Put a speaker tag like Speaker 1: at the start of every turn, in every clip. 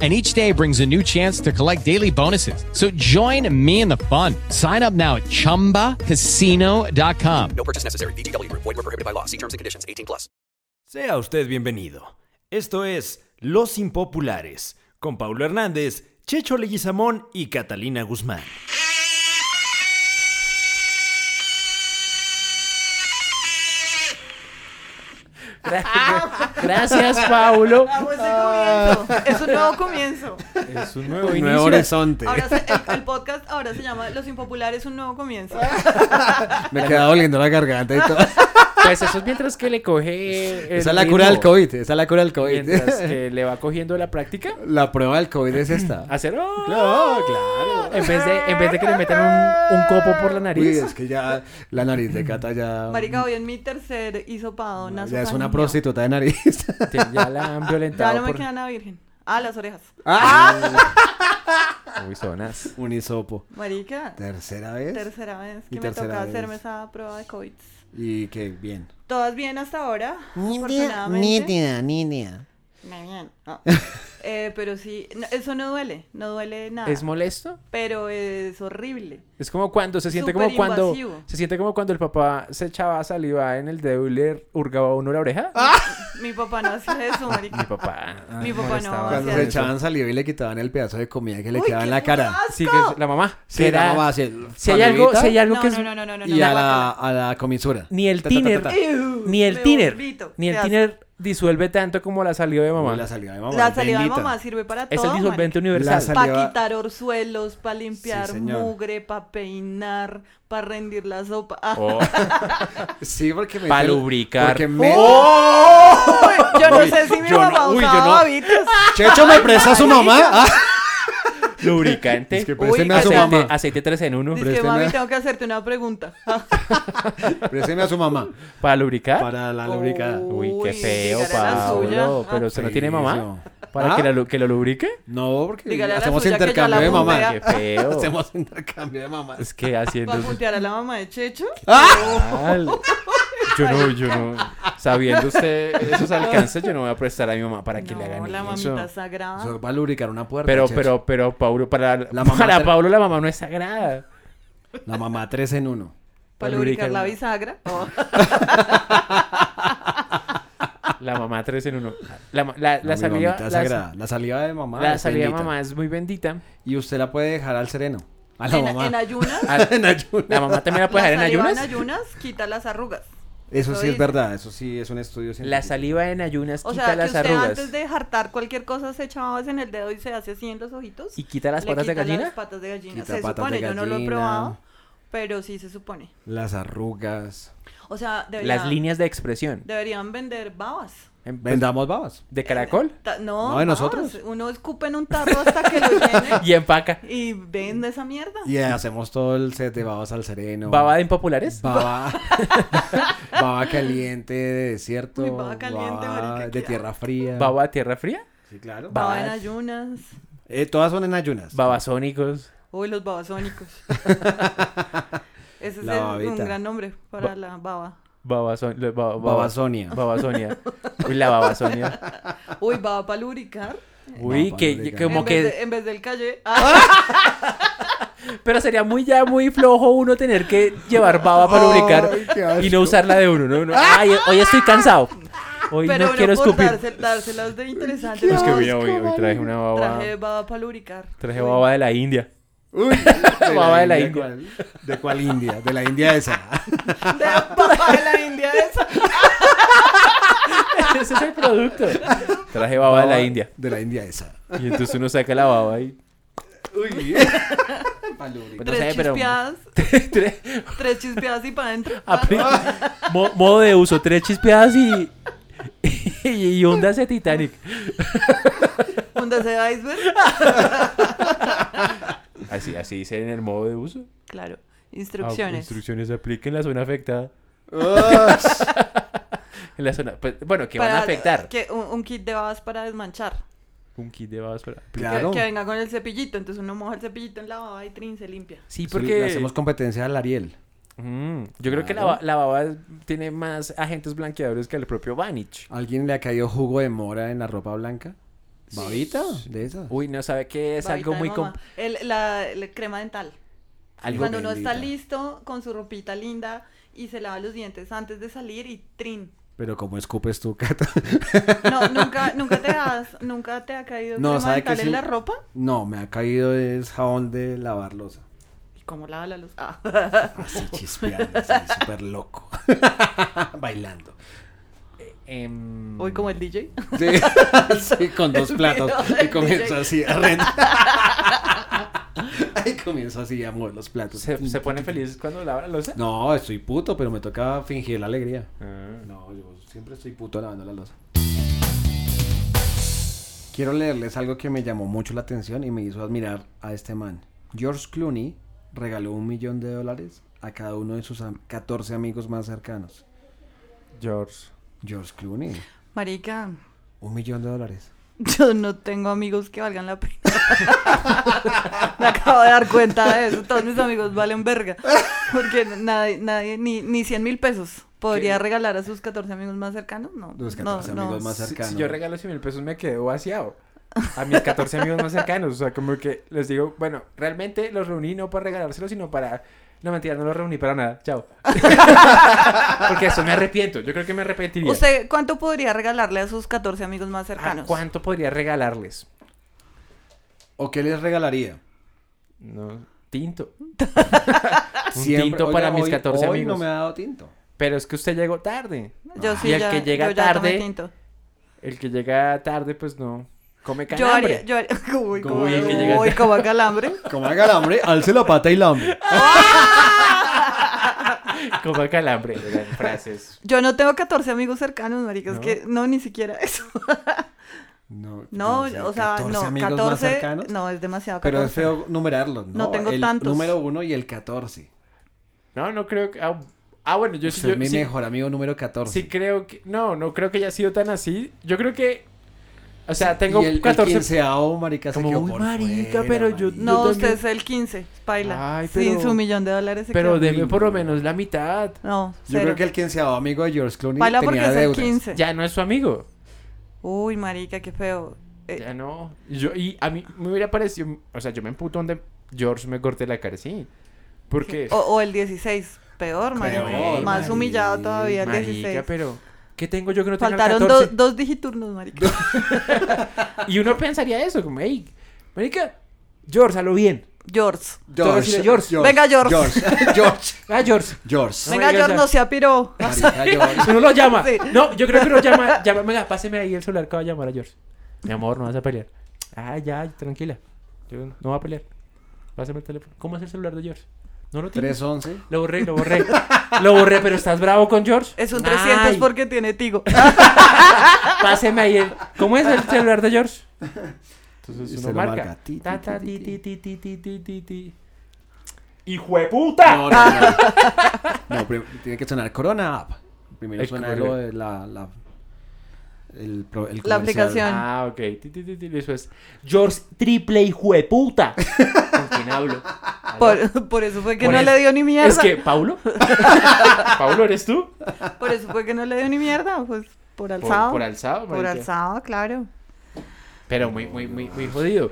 Speaker 1: and each day brings a new chance to collect daily bonuses. So join me in the fun. Sign up now at ChumbaCasino.com.
Speaker 2: No purchase necessary. VGW Group. Void were prohibited by law. See terms and conditions. 18 plus.
Speaker 3: Sea usted bienvenido. Esto es Los Impopulares, con Paulo Hernández, Checho Leguizamón y Catalina Guzmán.
Speaker 4: Gracias, Paulo.
Speaker 5: Ah.
Speaker 6: Es un nuevo comienzo.
Speaker 7: Es un nuevo,
Speaker 5: Un
Speaker 7: inicio.
Speaker 5: nuevo horizonte.
Speaker 6: Ahora se- el, el podcast ahora se llama Los Impopulares, un nuevo comienzo.
Speaker 5: Ah. Me queda doliendo la garganta y todo.
Speaker 4: Pues eso es mientras que le coge. el
Speaker 5: Esa es la
Speaker 4: ritmo.
Speaker 5: cura del COVID. Esa es la cura del COVID.
Speaker 4: Mientras que le va cogiendo la práctica.
Speaker 5: La prueba del COVID es esta.
Speaker 4: Hacer. "Oh".
Speaker 5: No, claro.
Speaker 4: En vez, de, en vez de que le metan un, un copo por la
Speaker 5: Uy,
Speaker 4: nariz.
Speaker 5: es que ya la nariz de Cata ya.
Speaker 6: Marica, hoy en mi tercer hisopado
Speaker 5: Ya es una
Speaker 6: nasofaringeo.
Speaker 5: prostituta de nariz.
Speaker 4: te- Ya la han
Speaker 6: Ya
Speaker 4: violentado.
Speaker 6: no me
Speaker 4: por...
Speaker 6: queda nada virgen. Ah, las orejas.
Speaker 7: Uy, sonas.
Speaker 5: Un hisopo.
Speaker 6: Marica,
Speaker 5: Tercera vez.
Speaker 6: tercera vez
Speaker 5: Y
Speaker 6: que me
Speaker 5: tercera
Speaker 6: toca
Speaker 5: vez.
Speaker 6: hacerme esa prueba de COVID.
Speaker 5: Y que bien.
Speaker 6: Todas bien hasta ahora. afortunadamente.
Speaker 5: Nítida, nítida.
Speaker 6: Muy bien. Ah. Eh, pero sí, no, eso no duele, no duele nada.
Speaker 4: ¿Es molesto?
Speaker 6: pero es horrible.
Speaker 4: Es como cuando se siente como cuando
Speaker 6: Superinvasivo.
Speaker 4: se siente como cuando el papá se echaba saliva en el dedo y le hurgaba a uno la oreja.
Speaker 6: Mi papá no hacía eso, marica.
Speaker 4: Mi papá.
Speaker 6: Ah. Mi papá no
Speaker 4: molestaba.
Speaker 5: Cuando
Speaker 6: hacía
Speaker 5: se
Speaker 6: eso.
Speaker 5: echaban saliva y le quitaban el pedazo de comida que le
Speaker 6: Uy,
Speaker 5: quedaba en
Speaker 6: qué
Speaker 5: la cara.
Speaker 6: asco.
Speaker 4: Sí, que es la mamá.
Speaker 5: Sí,
Speaker 4: que
Speaker 5: la
Speaker 4: era-
Speaker 5: mamá, sí,
Speaker 4: Si hay algo,
Speaker 5: salivita
Speaker 4: si hay algo
Speaker 6: No,
Speaker 4: que
Speaker 6: no,
Speaker 4: es
Speaker 6: no, no, no, no,
Speaker 5: Y
Speaker 6: no,
Speaker 5: a la,
Speaker 6: guácala.
Speaker 5: a la comisura.
Speaker 4: ni el
Speaker 5: Ta, ta, ta,
Speaker 4: tiner,
Speaker 5: ta, ta.
Speaker 6: Ew,
Speaker 4: ni el
Speaker 6: me
Speaker 4: tiner,
Speaker 6: vomito.
Speaker 4: ni el
Speaker 6: Qué
Speaker 4: tiner disuelve tanto como la saliva de mamá.
Speaker 5: La saliva de mamá.
Speaker 6: La
Speaker 5: es
Speaker 6: salida de
Speaker 5: bendita.
Speaker 6: mamá sirve para
Speaker 4: Es
Speaker 6: todo.
Speaker 4: el
Speaker 5: La
Speaker 4: disolvente universal.
Speaker 5: sal- Saliva-
Speaker 6: Para quitar orzuelos, para limpiar
Speaker 5: señor.
Speaker 6: mugre, para peinar, para rendir la sopa. Ah,
Speaker 4: Oh,
Speaker 5: Sí, porque me.
Speaker 4: Pa' lubricar.
Speaker 5: Porque me.
Speaker 6: Oh. yo no sé si mi
Speaker 5: yo no-
Speaker 6: mamá
Speaker 5: uy, yo
Speaker 6: usaba
Speaker 5: no-
Speaker 6: babitos.
Speaker 5: Checho, ¿me presta a su mamá? Ah,
Speaker 4: lubricante.
Speaker 5: es que
Speaker 6: Uy,
Speaker 5: présteme a su
Speaker 4: aceite,
Speaker 6: espérate.
Speaker 5: mamá.
Speaker 4: aceite 3 en 1
Speaker 6: Dice,
Speaker 5: es que
Speaker 6: mami,
Speaker 5: no-
Speaker 6: tengo que hacerte una pregunta.
Speaker 5: Présteme a su mamá.
Speaker 4: para lubricar.
Speaker 5: Para
Speaker 6: Oh.
Speaker 5: la lubricada.
Speaker 4: Uy, qué
Speaker 6: Uy,
Speaker 4: feo,
Speaker 6: dígale a la suya.
Speaker 4: Pablo. Pero usted no tiene mamá.
Speaker 5: Feísimo.
Speaker 4: ¿Para
Speaker 5: ¿Ah?
Speaker 4: que, la lu- que lo lubrique?
Speaker 5: No, porque
Speaker 6: Dígale a la
Speaker 5: hacemos
Speaker 6: suya que ya
Speaker 5: intercambio
Speaker 6: la
Speaker 5: de
Speaker 6: bombea.
Speaker 5: mamá.
Speaker 4: Qué feo.
Speaker 5: Hacemos intercambio de mamá.
Speaker 4: Es que haciendo.
Speaker 6: ¿Para puntear a la mamá de Checho?
Speaker 4: mal. Yo no, yo no. Sabiendo usted esos alcances, yo no voy a prestar a mi mamá para que le
Speaker 6: No,
Speaker 4: hagan
Speaker 6: la
Speaker 4: eso.
Speaker 6: mamita sagrada.
Speaker 5: Solo para lubricar una puerta.
Speaker 4: Pero,
Speaker 5: Checho.
Speaker 4: pero, pero, Paulo, para,
Speaker 5: La mamá
Speaker 4: para
Speaker 5: te-
Speaker 4: Paulo la mamá no es sagrada.
Speaker 5: La mamá tres en uno.
Speaker 6: Para
Speaker 4: lubricar
Speaker 6: lubricar la
Speaker 4: la-
Speaker 6: bisagra. Oh.
Speaker 4: La mamá tres en uno. La, ma- la, la
Speaker 5: No, mi
Speaker 4: saliva,
Speaker 5: mamita
Speaker 4: la,
Speaker 5: sagrada. La saliva de mamá.
Speaker 4: la
Speaker 5: es
Speaker 4: saliva de
Speaker 5: bendita.
Speaker 4: mamá es muy bendita.
Speaker 5: Y usted la puede dejar al sereno. A la
Speaker 6: En,
Speaker 5: mamá.
Speaker 6: en ayunas.
Speaker 4: Ah,
Speaker 5: En ayunas.
Speaker 4: La mamá también la puede
Speaker 6: la
Speaker 4: dejar en
Speaker 6: saliva
Speaker 4: ayunas.
Speaker 6: En ayunas quita las arrugas.
Speaker 5: Eso
Speaker 6: Lo
Speaker 5: sí es
Speaker 6: dice.
Speaker 5: verdad. Eso sí es un estudio científico.
Speaker 4: La saliva en ayunas
Speaker 6: O
Speaker 4: quita
Speaker 6: sea, que
Speaker 4: las
Speaker 6: usted
Speaker 4: arrugas.
Speaker 6: antes de jartar cualquier cosa se echa babas en el dedo y se hace así en los ojitos.
Speaker 4: ¿Y quita las
Speaker 6: le
Speaker 4: patas de
Speaker 6: quita
Speaker 4: gallina?
Speaker 6: Las patas de gallina.
Speaker 5: Quita
Speaker 6: se
Speaker 5: patas
Speaker 6: supone,
Speaker 5: de
Speaker 6: yo no lo he
Speaker 5: gallina.
Speaker 6: probado, pero sí se supone.
Speaker 5: Las arrugas.
Speaker 6: O sea, debería-
Speaker 4: Las líneas de expresión.
Speaker 6: deberían vender babas.
Speaker 4: En- pues,
Speaker 5: Vendamos babas.
Speaker 4: de caracol.
Speaker 6: Ta- no,
Speaker 5: No, ¿de
Speaker 6: babas.
Speaker 5: nosotros?
Speaker 6: Uno escupe en un tarro hasta que lo llene
Speaker 4: Y empaca.
Speaker 6: y vende esa mierda.
Speaker 5: Y hacemos todo el set de babas al sereno.
Speaker 4: ¿Baba de impopulares?
Speaker 5: Baba, baba caliente de desierto.
Speaker 6: Uy, baba caliente, marica, qué
Speaker 5: de tierra fría.
Speaker 4: ¿Baba de tierra fría?
Speaker 5: Sí, claro.
Speaker 6: Baba en ayunas.
Speaker 5: Eh, todas son en ayunas.
Speaker 4: Babasónicos.
Speaker 6: Uy, los babasónicos. Ese es
Speaker 5: La
Speaker 6: el- un
Speaker 5: babita.
Speaker 6: gran nombre para la baba.
Speaker 4: Babasón, lo- ba- ba-
Speaker 5: Babasonia.
Speaker 4: Babasonia. Uy, la babasonia.
Speaker 6: Uy, baba para lubricar.
Speaker 4: Uy,
Speaker 5: Baba,
Speaker 4: que
Speaker 5: marica.
Speaker 4: como
Speaker 6: en, vez
Speaker 4: que...
Speaker 6: de- en vez del calle.
Speaker 4: Pero sería muy ya muy flojo uno tener que llevar baba para lubricar
Speaker 5: qué
Speaker 4: y no usarla de uno. ¿no? Uno, Ay, hoy estoy cansado. Hoy
Speaker 6: Pero
Speaker 4: no
Speaker 6: uno
Speaker 4: quiero
Speaker 6: por
Speaker 4: escupir.
Speaker 6: darse- dárselas de interesante.
Speaker 4: Es que mira, hoy, hoy traje una baba.
Speaker 6: Traje baba para lubricar.
Speaker 4: Traje baba de la India.
Speaker 5: Uy,
Speaker 4: Baba de la India.
Speaker 5: ¿cuál? ¿De cuál India? De la India esa.
Speaker 6: De baba de la India esa.
Speaker 4: producto. Traje baba de la India.
Speaker 5: De la India esa.
Speaker 4: Y entonces uno saca la baba y...
Speaker 5: Uy.
Speaker 4: Pues no
Speaker 6: Tres
Speaker 4: sé, pero-
Speaker 6: chispeadas. Tres chispeadas y para adentro.
Speaker 4: Apri- Mo- modo de uso, tres chispeadas y... Y, y ondas de Titanic.
Speaker 6: Donde se va iceberg.
Speaker 4: Así, así dice en el modo de uso.
Speaker 6: Claro. Instrucciones.
Speaker 4: Ah, Instrucciones apliquen en la zona afectada. Ah. En la zona... pues, bueno, que van a
Speaker 6: Para-
Speaker 4: afectar.
Speaker 6: Que un, un kit de babas para desmanchar. Que-
Speaker 4: Un kit de babas para...
Speaker 5: Claro.
Speaker 6: Que, venga con el cepillito. Entonces uno moja el cepillito en la baba y trin, se limpia.
Speaker 4: Sí,
Speaker 5: Sí,
Speaker 4: porque...
Speaker 5: Le hacemos competencia al Ariel.
Speaker 4: Mm, yo creo que la,
Speaker 5: Claro.
Speaker 4: ba- la baba tiene más agentes blanqueadores que el propio Vanich.
Speaker 5: ¿Alguien le ha caído jugo de mora en la ropa blanca? ¿Babita? De esas.
Speaker 4: Uy, no sabe que es
Speaker 6: Babita
Speaker 4: algo
Speaker 6: de
Speaker 4: muy...
Speaker 6: mamá.
Speaker 4: com-
Speaker 6: El- la, la crema dental.
Speaker 4: algo
Speaker 6: Cuando uno
Speaker 5: bendita.
Speaker 6: está listo con su ropita linda y se lava los dientes antes de salir y trin.
Speaker 5: Pero como escupes tú, Cata.
Speaker 6: No, nunca, nunca te has, nunca te ha caído
Speaker 5: No,
Speaker 6: crema
Speaker 5: ¿sabe que
Speaker 6: dental en
Speaker 5: sí?
Speaker 6: la ropa.
Speaker 5: No, me ha caído es jabón de lavar losa.
Speaker 6: ¿Y cómo lava la luz? Ah.
Speaker 5: Así chispeando, así súper loco. Bailando.
Speaker 4: Em,
Speaker 6: Hoy como el DJ.
Speaker 5: Sí, sí, con dos platos.
Speaker 6: video
Speaker 5: Y comienzo
Speaker 6: del
Speaker 5: así a red. Ahí comienzo así a mover los platos.
Speaker 4: ¿Se, se pone feliz cuando lava la losa?
Speaker 5: No, estoy puto, pero me toca fingir la alegría.
Speaker 4: Ah.
Speaker 5: No, yo siempre estoy puto lavando la losa. Quiero leerles algo que me llamó mucho la atención y me hizo admirar a este man. George Clooney regaló un millón de dólares a cada uno de sus am- 14 amigos más cercanos.
Speaker 4: George.
Speaker 5: George Clooney,
Speaker 6: Marica,
Speaker 5: un millón de dólares.
Speaker 6: yo no tengo amigos que valgan la pena. Me acabo de dar cuenta de eso. Todos mis amigos valen verga. Porque nadie, nadie ni, ni 100 mil pesos podría regalar a sus 14 amigos más cercanos. No,
Speaker 5: Los
Speaker 6: no,
Speaker 5: 14
Speaker 6: no.
Speaker 5: amigos más
Speaker 4: Si,
Speaker 5: cercanos.
Speaker 4: si yo regalo 100 mil pesos me quedo vaciado. A mis 14 amigos más cercanos. O sea, como que les digo, bueno, realmente los reuní no para regalárselos, sino para... No, mentira, no los reuní para nada. Chao. Porque eso me arrepiento. Yo creo que me arrepentiría.
Speaker 6: ¿Usted cuánto podría regalarle a sus 14 amigos más
Speaker 4: Ah,
Speaker 6: cercanos?
Speaker 4: ¿Cuánto podría regalarles?
Speaker 5: ¿O qué les regalaría?
Speaker 4: No, tinto. Un
Speaker 5: Siempre-
Speaker 4: tinto
Speaker 5: oiga,
Speaker 4: para mis
Speaker 5: hoy-
Speaker 4: 14
Speaker 5: hoy
Speaker 4: amigos.
Speaker 5: no me ha dado tinto.
Speaker 4: Pero es que usted llegó tarde. Ah.
Speaker 6: Yo sí
Speaker 4: Y el
Speaker 6: ya-
Speaker 4: que llega
Speaker 6: yo ya tomé
Speaker 4: tarde-
Speaker 6: tinto.
Speaker 4: El que llega tarde, pues no. Come
Speaker 6: Yo haría,
Speaker 4: calambre.
Speaker 6: yo haría, uy, como,
Speaker 4: Uy, que llega-
Speaker 6: uy, como a calambre.
Speaker 5: Como haga el hambre, alce la pata y la hambre.
Speaker 4: Come calambre. Eran frases.
Speaker 6: Yo no tengo 14 amigos cercanos, marica, es
Speaker 4: No.
Speaker 6: que no, ni siquiera eso.
Speaker 5: No,
Speaker 6: No,
Speaker 5: ¿qué tal?
Speaker 6: o sea,
Speaker 5: 14
Speaker 6: no,
Speaker 5: amigos
Speaker 6: 14,
Speaker 5: más cercanos.
Speaker 6: no, es demasiado
Speaker 5: Pero
Speaker 6: 14.
Speaker 5: es feo numerarlos, ¿no?
Speaker 6: No tengo
Speaker 5: el
Speaker 6: tantos.
Speaker 5: número uno y el 14.
Speaker 4: No, no creo que. Ah, ah, bueno, yo sí.
Speaker 5: Usted
Speaker 4: Yo,
Speaker 5: es mi
Speaker 4: sí,
Speaker 5: mejor amigo número 14.
Speaker 4: sí creo que. No, no creo que haya sido tan así. Yo creo que. O sea, tengo
Speaker 5: y el,
Speaker 4: 14.
Speaker 5: El quinceavo, marica,
Speaker 4: Como,
Speaker 5: se quedó
Speaker 4: uy,
Speaker 5: por
Speaker 4: marica,
Speaker 5: fuera,
Speaker 4: pero yo-
Speaker 5: marica.
Speaker 6: No,
Speaker 4: yo
Speaker 6: usted
Speaker 4: también-
Speaker 6: es el 15, paila.
Speaker 4: Ay,
Speaker 6: Sin
Speaker 4: pero-
Speaker 6: su millón de dólares. se
Speaker 4: pero
Speaker 6: queda. Ah,
Speaker 4: deme por lo menos la mitad.
Speaker 6: No,
Speaker 5: Yo
Speaker 6: cero.
Speaker 5: creo que el quinceavo amigo de George Clooney
Speaker 6: Paila porque
Speaker 5: tenía
Speaker 6: es el
Speaker 5: deudas.
Speaker 6: 15.
Speaker 4: Ya no es su amigo.
Speaker 6: Uy, marica, qué feo. Eh,
Speaker 4: Ya no. Yo, y a mí me hubiera parecido. O sea, yo me emputo donde George me corté la cara, sí. Porque.
Speaker 6: o, o el 16, peor, marica.
Speaker 5: Peor,
Speaker 6: Más
Speaker 5: marica.
Speaker 6: humillado todavía el
Speaker 4: Marica,
Speaker 6: 16.
Speaker 4: pero. ¿Qué tengo yo que no tengo
Speaker 6: Faltaron do-
Speaker 4: 14?
Speaker 6: dos digiturnos, marica.
Speaker 4: Y uno pensaría eso, como, hey, Marica, George, a lo bien.
Speaker 6: George.
Speaker 5: George,
Speaker 4: George, George.
Speaker 6: Venga, George.
Speaker 5: George, George,
Speaker 4: Ah, George.
Speaker 5: George.
Speaker 6: Venga,
Speaker 4: Marica,
Speaker 6: George,
Speaker 4: ya-
Speaker 6: no se apiró.
Speaker 5: Marica, George.
Speaker 4: Uno lo llama.
Speaker 6: Sí.
Speaker 4: No, yo creo que uno llama. llama venga, páseme ahí el celular que va a llamar a George. Mi amor, no vas a pelear. Ah, ya, tranquila. Yo no va a pelear. Pásame el teléfono. ¿Cómo es el celular de George? No lo tienes.
Speaker 5: 311.
Speaker 4: Lo borré, lo borré. lo borré, pero estás bravo con George.
Speaker 6: Es un 300
Speaker 4: Ay,
Speaker 6: porque tiene tigo.
Speaker 4: Páseme ahí el. ¿Cómo es el celular de George?
Speaker 5: Y
Speaker 4: Entonces
Speaker 5: se
Speaker 4: uno
Speaker 5: lo
Speaker 4: marca.
Speaker 5: marca. Ti,
Speaker 4: Ta,
Speaker 5: ti,
Speaker 4: ta,
Speaker 5: ti,
Speaker 4: ti,
Speaker 5: ti,
Speaker 4: ti, ti, ti, ti, ti, ti. ¡Hijo de puta!
Speaker 5: No, no, no. No, prim- tiene que sonar Corona App. Primero
Speaker 4: El
Speaker 5: suena
Speaker 4: correo.
Speaker 5: lo de la... la el pro- el
Speaker 6: La
Speaker 5: comercial.
Speaker 6: aplicación.
Speaker 4: Ah, ok. Ti, ti, ti, ti, Después, George Triple, hijo de puta. ¿Con quién hablo?
Speaker 6: Por, por eso fue que
Speaker 4: Por
Speaker 6: no
Speaker 4: eso.
Speaker 6: le dio ni mierda.
Speaker 4: Es que, ¿Paulo? ¿Paulo eres tú?
Speaker 6: Por eso fue que no le dio ni mierda. Pues por
Speaker 4: Por-
Speaker 6: alzado.
Speaker 4: Por alzado,
Speaker 6: Por
Speaker 4: marica.
Speaker 6: alzado, claro.
Speaker 4: Pero muy, muy, muy, muy jodido.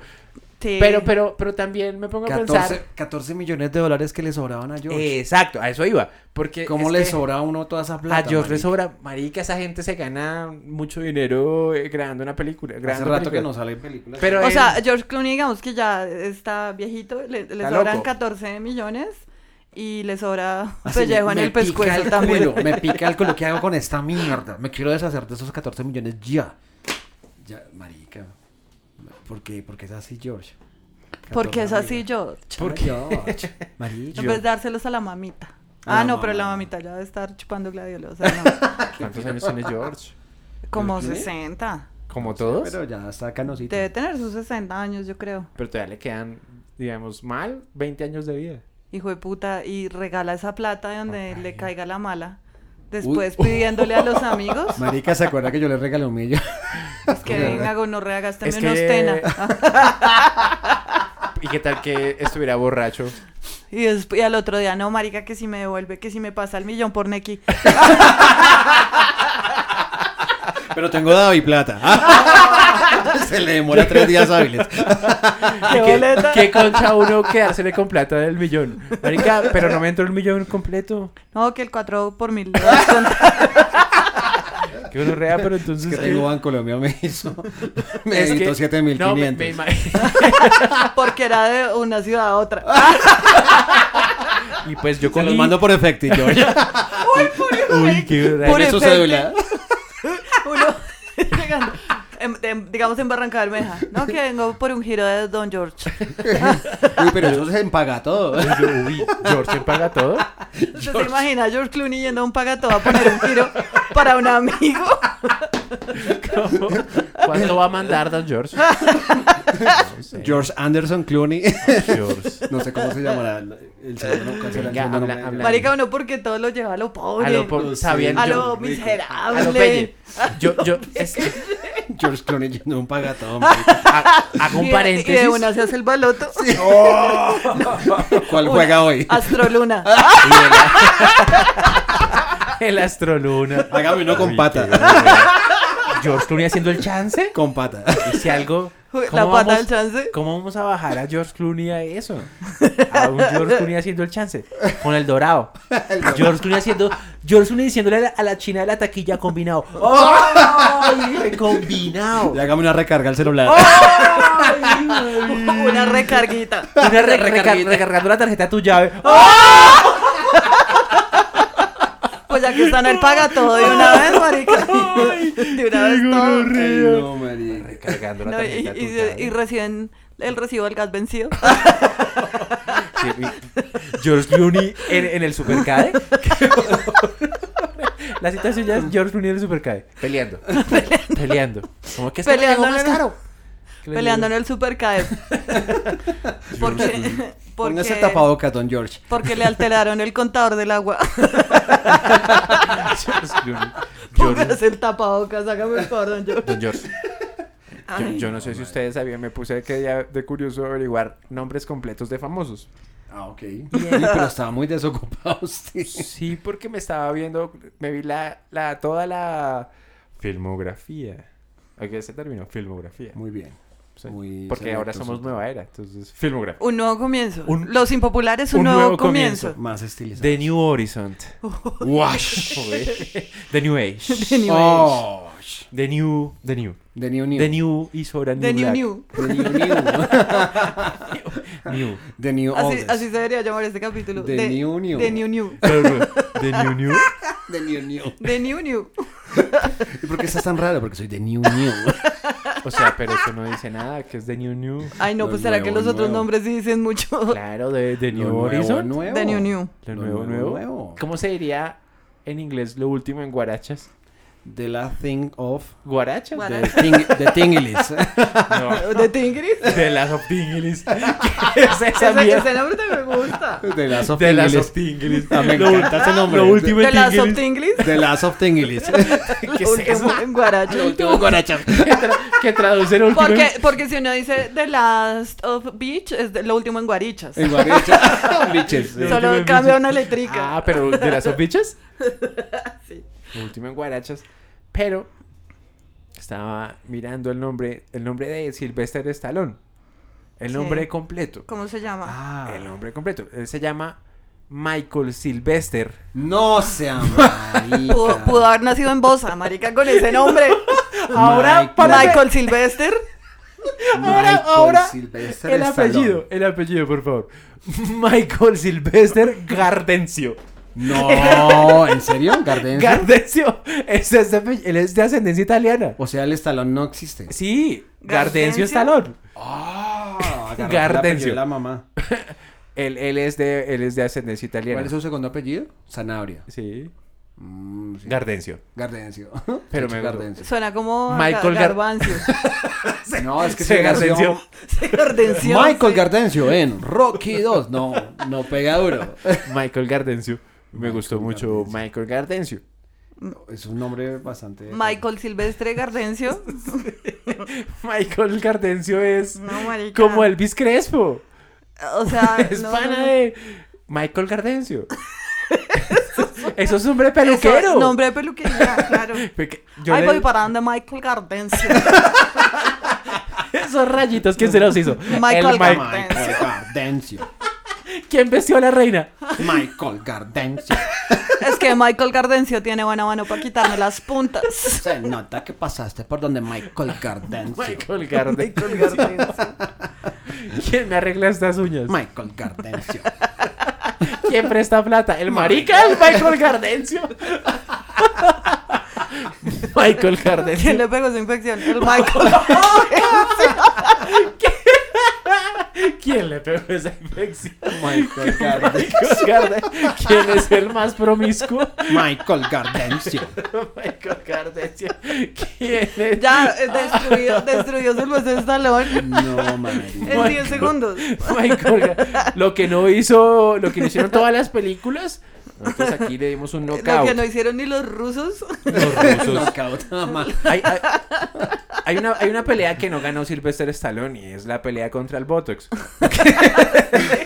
Speaker 6: Sí.
Speaker 4: Pero, pero, pero también me pongo a
Speaker 5: 14,
Speaker 4: pensar.
Speaker 5: 14 millones de dólares que le sobraban a George.
Speaker 4: Exacto, a eso iba. Porque
Speaker 5: ¿Cómo
Speaker 4: es
Speaker 5: le
Speaker 4: que
Speaker 5: sobra a uno toda esa
Speaker 4: A
Speaker 5: plata?
Speaker 4: George le
Speaker 5: marica?
Speaker 4: sobra, marica, esa gente se gana mucho dinero eh, grabando una película.
Speaker 5: Hace
Speaker 4: grabando
Speaker 5: rato que
Speaker 4: películas.
Speaker 5: no salen películas.
Speaker 4: Pero
Speaker 6: O
Speaker 4: él-
Speaker 6: sea, George Clooney, digamos que ya está viejito, le, le
Speaker 4: Está
Speaker 6: sobran
Speaker 4: loco.
Speaker 6: 14 millones y le sobra
Speaker 5: Así,
Speaker 6: pellejo pues, en
Speaker 5: me
Speaker 6: el
Speaker 5: pica
Speaker 6: pescuezo
Speaker 5: el
Speaker 6: también.
Speaker 5: culo, me pica el culo. ¿Qué hago con esta mierda? Me quiero deshacer de esos 14 millones ya. Ya, marica. ¿Por qué? Porque es así, George.
Speaker 6: Porque es así, George.
Speaker 5: ¿Por qué? George. Marica.
Speaker 6: En vez de dárselos a la mamita.
Speaker 5: A la
Speaker 6: Ah, no, pero la
Speaker 5: mamá.
Speaker 6: mamita ya debe estar chupando gladiolos. O sea, no.
Speaker 4: ¿Cuántos años tiene George?
Speaker 6: Como
Speaker 5: ¿Pero qué?
Speaker 6: 60.
Speaker 4: ¿Como todos?
Speaker 5: Pero ya está canosito.
Speaker 6: Debe tener sus 60 años, yo creo.
Speaker 4: Pero todavía le quedan, digamos, mal 20 años de vida.
Speaker 6: Hijo de puta. Y regala esa plata de donde le caiga la mala. Después pidiéndole a los amigos
Speaker 5: Marica, ¿se acuerda que yo le regalé un millón?
Speaker 6: pues, que venga gonorrea, gástame
Speaker 4: Es
Speaker 6: unos
Speaker 4: que-
Speaker 6: tena.
Speaker 4: ¿Y qué tal que estuviera borracho?
Speaker 6: Y, desp- y al otro día, no, marica, que si me devuelve, que si me pasa el millón por Neki.
Speaker 5: Pero tengo David Plata. Se le demora tres días hábiles.
Speaker 6: ¡Qué
Speaker 4: Ah, ¿Qué,
Speaker 6: boleta!
Speaker 4: qué concha uno quedársele con plata del millón? Marica, pero no me entró el millón completo.
Speaker 6: No, que el 4 por mil. le das cuenta.
Speaker 4: Que uno rea, pero entonces...
Speaker 5: Que
Speaker 4: ¿qué?
Speaker 5: Rego Banco Colombia me hizo. Me
Speaker 4: Es que-
Speaker 5: editó
Speaker 4: No, me- me
Speaker 5: 7500.
Speaker 4: imag-
Speaker 6: Porque era de una ciudad a otra.
Speaker 4: y pues yo
Speaker 5: Se
Speaker 4: con
Speaker 5: los mando por efecto, George.
Speaker 4: Uy, qué rea.
Speaker 6: Por
Speaker 5: Tiene su
Speaker 6: efecto.
Speaker 5: cédula.
Speaker 6: Uno llegando, en- en- digamos en Barranca Bermeja. No, que vengo por un giro de Don George.
Speaker 5: Uy, pero eso se empaga todo.
Speaker 4: Uy, George ¿se paga todo.
Speaker 6: ¿Usted se imagina a George Clooney yendo a un pagató a poner un giro para un amigo?
Speaker 4: ¿Cómo? ¿Cuánto va a mandar Don George? No sé,
Speaker 5: George Anderson Clooney.
Speaker 4: George.
Speaker 5: No sé cómo se llamará el- el segundo ¿cuál será el
Speaker 4: Venga,
Speaker 5: segundo
Speaker 4: habla-
Speaker 5: nombre?
Speaker 4: habla.
Speaker 6: Marica, uno porque todo lo lleva a lo pobre.
Speaker 4: A lo po- sabían
Speaker 6: a
Speaker 4: yo-
Speaker 6: lo
Speaker 5: rico.
Speaker 6: miserable.
Speaker 4: A lo Pelle. Yo, yo, es que
Speaker 5: George Clooney yendo a un pagatón. marica.
Speaker 4: ha- hago
Speaker 6: Y
Speaker 4: un
Speaker 6: de- Y
Speaker 4: paréntesis.
Speaker 6: de una se hace el baloto.
Speaker 5: ¿Cuál juega hoy?
Speaker 6: Astroluna.
Speaker 4: Ah, El astroluna.
Speaker 5: Hágame uno con pata.
Speaker 4: George Clooney haciendo el chance.
Speaker 5: Con pata.
Speaker 4: Y si algo.
Speaker 6: La
Speaker 4: ¿cómo
Speaker 6: pata
Speaker 4: vamos-
Speaker 6: del chance.
Speaker 4: ¿Cómo vamos a bajar a George Clooney a eso? A un George Clooney haciendo el chance. Con el dorado. George Clooney haciendo. George Clooney diciéndole a la, a la china de la taquilla combinado. ¡Ay! Combinado.
Speaker 5: Y hágame una recarga al celular.
Speaker 6: Una recarguita.
Speaker 4: Una re- recar- recargando la tarjeta a tu llave.
Speaker 6: Pues ya que están el paga todo de una vez, marica. De una vez todo.
Speaker 5: Ay, no, marica.
Speaker 4: Recargando
Speaker 6: No, y, y- y reciben el recibo del gas vencido.
Speaker 4: Ah, George Clooney en, en el Supercade. La situación ya es George Clooney en el Supercade. Peleando. Peleando. ¿Cómo que es que
Speaker 6: Peleando
Speaker 4: me llegó
Speaker 6: en el-
Speaker 4: más caro? ¿Qué le
Speaker 6: Peleando en
Speaker 4: digo?
Speaker 6: el supercae. Porque,
Speaker 5: Póngase
Speaker 6: porque,
Speaker 5: tapabocas, don George.
Speaker 6: porque le alteraron el contador del agua.
Speaker 4: George Clooney. George,
Speaker 6: Póngase el tapabocas, hágame el favor, don George.
Speaker 4: Don George. Yo, yo no sé si ustedes sabían, me puse que ya de curioso averiguar nombres completos de famosos.
Speaker 5: Ah, ok. Uy, pero estaba muy desocupado usted.
Speaker 4: Sí, porque me estaba viendo, me vi la, la toda la filmografía. Ok, ese término, filmografía.
Speaker 5: Muy bien.
Speaker 4: Sí.
Speaker 5: muy
Speaker 4: porque ahora
Speaker 5: selecto
Speaker 4: somos
Speaker 5: su-
Speaker 4: nueva era, entonces filmografía.
Speaker 6: Un nuevo comienzo.
Speaker 4: Un-
Speaker 6: Los impopulares, un,
Speaker 4: un
Speaker 6: nuevo,
Speaker 4: nuevo
Speaker 6: comienzo.
Speaker 5: Más estilizado.
Speaker 4: The New Horizon. Wash. The New Age.
Speaker 6: The New
Speaker 5: Oh, sh-
Speaker 4: The New. The New.
Speaker 5: The New New.
Speaker 4: The New is for a
Speaker 6: Age.
Speaker 4: new.
Speaker 6: The New
Speaker 4: black.
Speaker 6: New.
Speaker 5: The New New.
Speaker 4: New.
Speaker 5: The New
Speaker 6: Así,
Speaker 5: Oldest.
Speaker 6: así se debería llamar este capítulo.
Speaker 5: The New New.
Speaker 6: The New New.
Speaker 4: No, no, The New New.
Speaker 5: The New New.
Speaker 6: The New New.
Speaker 5: ¿Y por qué estás tan raro? Porque soy The New New.
Speaker 4: O sea, pero eso no dice nada, que es The New New.
Speaker 6: Ay, no,
Speaker 5: Lo
Speaker 6: pues será
Speaker 5: nuevo,
Speaker 6: que los otros
Speaker 5: nuevo.
Speaker 6: nombres sí dicen mucho.
Speaker 4: Claro, de The New
Speaker 5: Lo
Speaker 4: Horizon.
Speaker 5: nuevo,
Speaker 6: The New New.
Speaker 4: Lo
Speaker 5: Lo
Speaker 4: nuevo,
Speaker 5: nuevo,
Speaker 4: nuevo,
Speaker 5: nuevo.
Speaker 4: ¿Cómo se diría en inglés lo último en guarachas?
Speaker 5: The Last Thing of.
Speaker 4: ¿Guarachas?
Speaker 6: Guara-
Speaker 5: The, thing, the Tingilis.
Speaker 4: No.
Speaker 6: The Tingris.
Speaker 4: De las of Tingilis. ¿Qué es esa
Speaker 6: Ese,
Speaker 4: mierda?
Speaker 6: ese nombre te me gusta.
Speaker 5: The Last of
Speaker 4: De las
Speaker 5: Tingilis.
Speaker 4: of Tingilis.
Speaker 5: Ah, me encanta ese nombre.
Speaker 4: Lo último
Speaker 6: De
Speaker 4: en
Speaker 6: las of
Speaker 4: Tingilis.
Speaker 6: Tinglis.
Speaker 5: The Last of Tingilis.
Speaker 4: ¿Qué es eso?
Speaker 6: En guaracho.
Speaker 4: Que, tra- que traduce el último.
Speaker 6: Porque,
Speaker 4: en-
Speaker 6: porque si uno dice The Last of Beach, es de- lo último en Guarichas.
Speaker 5: En Guarecha. Biches.
Speaker 4: lo último
Speaker 6: Solo
Speaker 4: en
Speaker 6: cambia
Speaker 4: bichas.
Speaker 6: una eléctrica.
Speaker 4: Ah, pero de las of bitches. Lo último en guarachas. Pero estaba mirando el nombre, el nombre de Sylvester Stallone. El
Speaker 6: Sí.
Speaker 4: nombre completo.
Speaker 6: ¿Cómo se llama?
Speaker 5: Ah,
Speaker 4: El nombre completo. Él se llama Michael Sylvester.
Speaker 5: no sea marica.
Speaker 6: Pudo, pudo haber nacido en Bosa, marica, con ese nombre. Ahora,
Speaker 5: Michael.
Speaker 6: Michael Sylvester.
Speaker 4: Ahora,
Speaker 5: Michael
Speaker 4: ahora,
Speaker 5: Sylvester
Speaker 4: el
Speaker 5: Stallone.
Speaker 4: apellido, el apellido, por favor. Michael Sylvester Gardencio.
Speaker 5: No, ¿en serio? ¿Gardencio?
Speaker 4: Gardencio, es de, ese ape- él es de ascendencia italiana.
Speaker 5: o sea, el Stallone no existe.
Speaker 4: Sí, Gardencio
Speaker 6: ¿Gardencio?
Speaker 4: Stallone.
Speaker 5: Ah, agarró el
Speaker 4: Gardencio.
Speaker 5: apellido de la mamá.
Speaker 4: Él, él es de, él es de ascendencia italiana.
Speaker 5: ¿Cuál es su segundo apellido? Sanabria.
Speaker 4: Sí.
Speaker 5: Mm, sí.
Speaker 4: Gardencio.
Speaker 5: Gardencio.
Speaker 4: Pero
Speaker 5: Hecho
Speaker 4: me-
Speaker 5: Gardencio.
Speaker 6: Suena como a
Speaker 4: Michael
Speaker 6: ga-
Speaker 4: Gar-
Speaker 6: Garbancio.
Speaker 5: No, es que
Speaker 4: Se
Speaker 5: se
Speaker 4: Gardencio.
Speaker 5: Gardencio.
Speaker 6: Sí, Gardencio,
Speaker 5: Michael
Speaker 6: sí.
Speaker 5: Gardencio en Rocky 2. No, no pega duro.
Speaker 4: Michael Gardencio. Me gustó mucho
Speaker 5: Gardencio.
Speaker 4: Michael Gardencio.
Speaker 5: Es un nombre bastante.
Speaker 6: Michael Silvestre Gardencio.
Speaker 4: Michael Gardencio es
Speaker 6: No, marica.
Speaker 4: como Elvis Crespo.
Speaker 6: O sea,
Speaker 4: Es
Speaker 6: no,
Speaker 4: pana
Speaker 6: no, no.
Speaker 4: de Michael Gardencio. Eso es hombre
Speaker 6: Eso,
Speaker 4: peluquero.
Speaker 6: Nombre de peluquería, claro.
Speaker 4: Porque yo
Speaker 6: Ay,
Speaker 4: le-
Speaker 6: voy para donde Michael Gardencio.
Speaker 4: Esos rayitos, ¿quién se los hizo?
Speaker 6: Michael
Speaker 4: El
Speaker 6: Gardencio.
Speaker 5: Michael Gardencio.
Speaker 4: ¿Quién vestió a la reina?
Speaker 5: Michael Gardencio.
Speaker 6: es que Michael Gardencio tiene buena mano para quitarme las puntas.
Speaker 5: Se nota que pasaste por donde Michael Gardencio.
Speaker 4: Michael Gardencio. ¿Quién me arregla estas uñas?
Speaker 5: Michael Gardencio.
Speaker 4: ¿Quién presta plata? ¿El marica del Michael Gardencio? Michael Gardencio.
Speaker 6: ¿Quién le pegó esa infección? El Michael.
Speaker 4: ¿Quién le pegó esa infección?
Speaker 5: Michael Gardencio.
Speaker 4: Michael Gardencio. ¿Quién es el más promiscuo?
Speaker 5: Michael Gardencio.
Speaker 4: Michael Gardencio. ¿Quién es?
Speaker 6: ya eh, destruyó, destruyó Silvestre Stallone
Speaker 5: No, madre.
Speaker 6: en 10 segundos.
Speaker 4: Michael Gar- Lo que no hizo, lo que no hicieron todas las películas. Nosotros aquí le dimos un
Speaker 6: Lo que
Speaker 4: knockout.
Speaker 6: no hicieron ni los rusos.
Speaker 5: Knockout, nada más.
Speaker 4: Hay, hay- hay una, hay una pelea que no ganó Sylvester Stallone y es la pelea contra el Botox.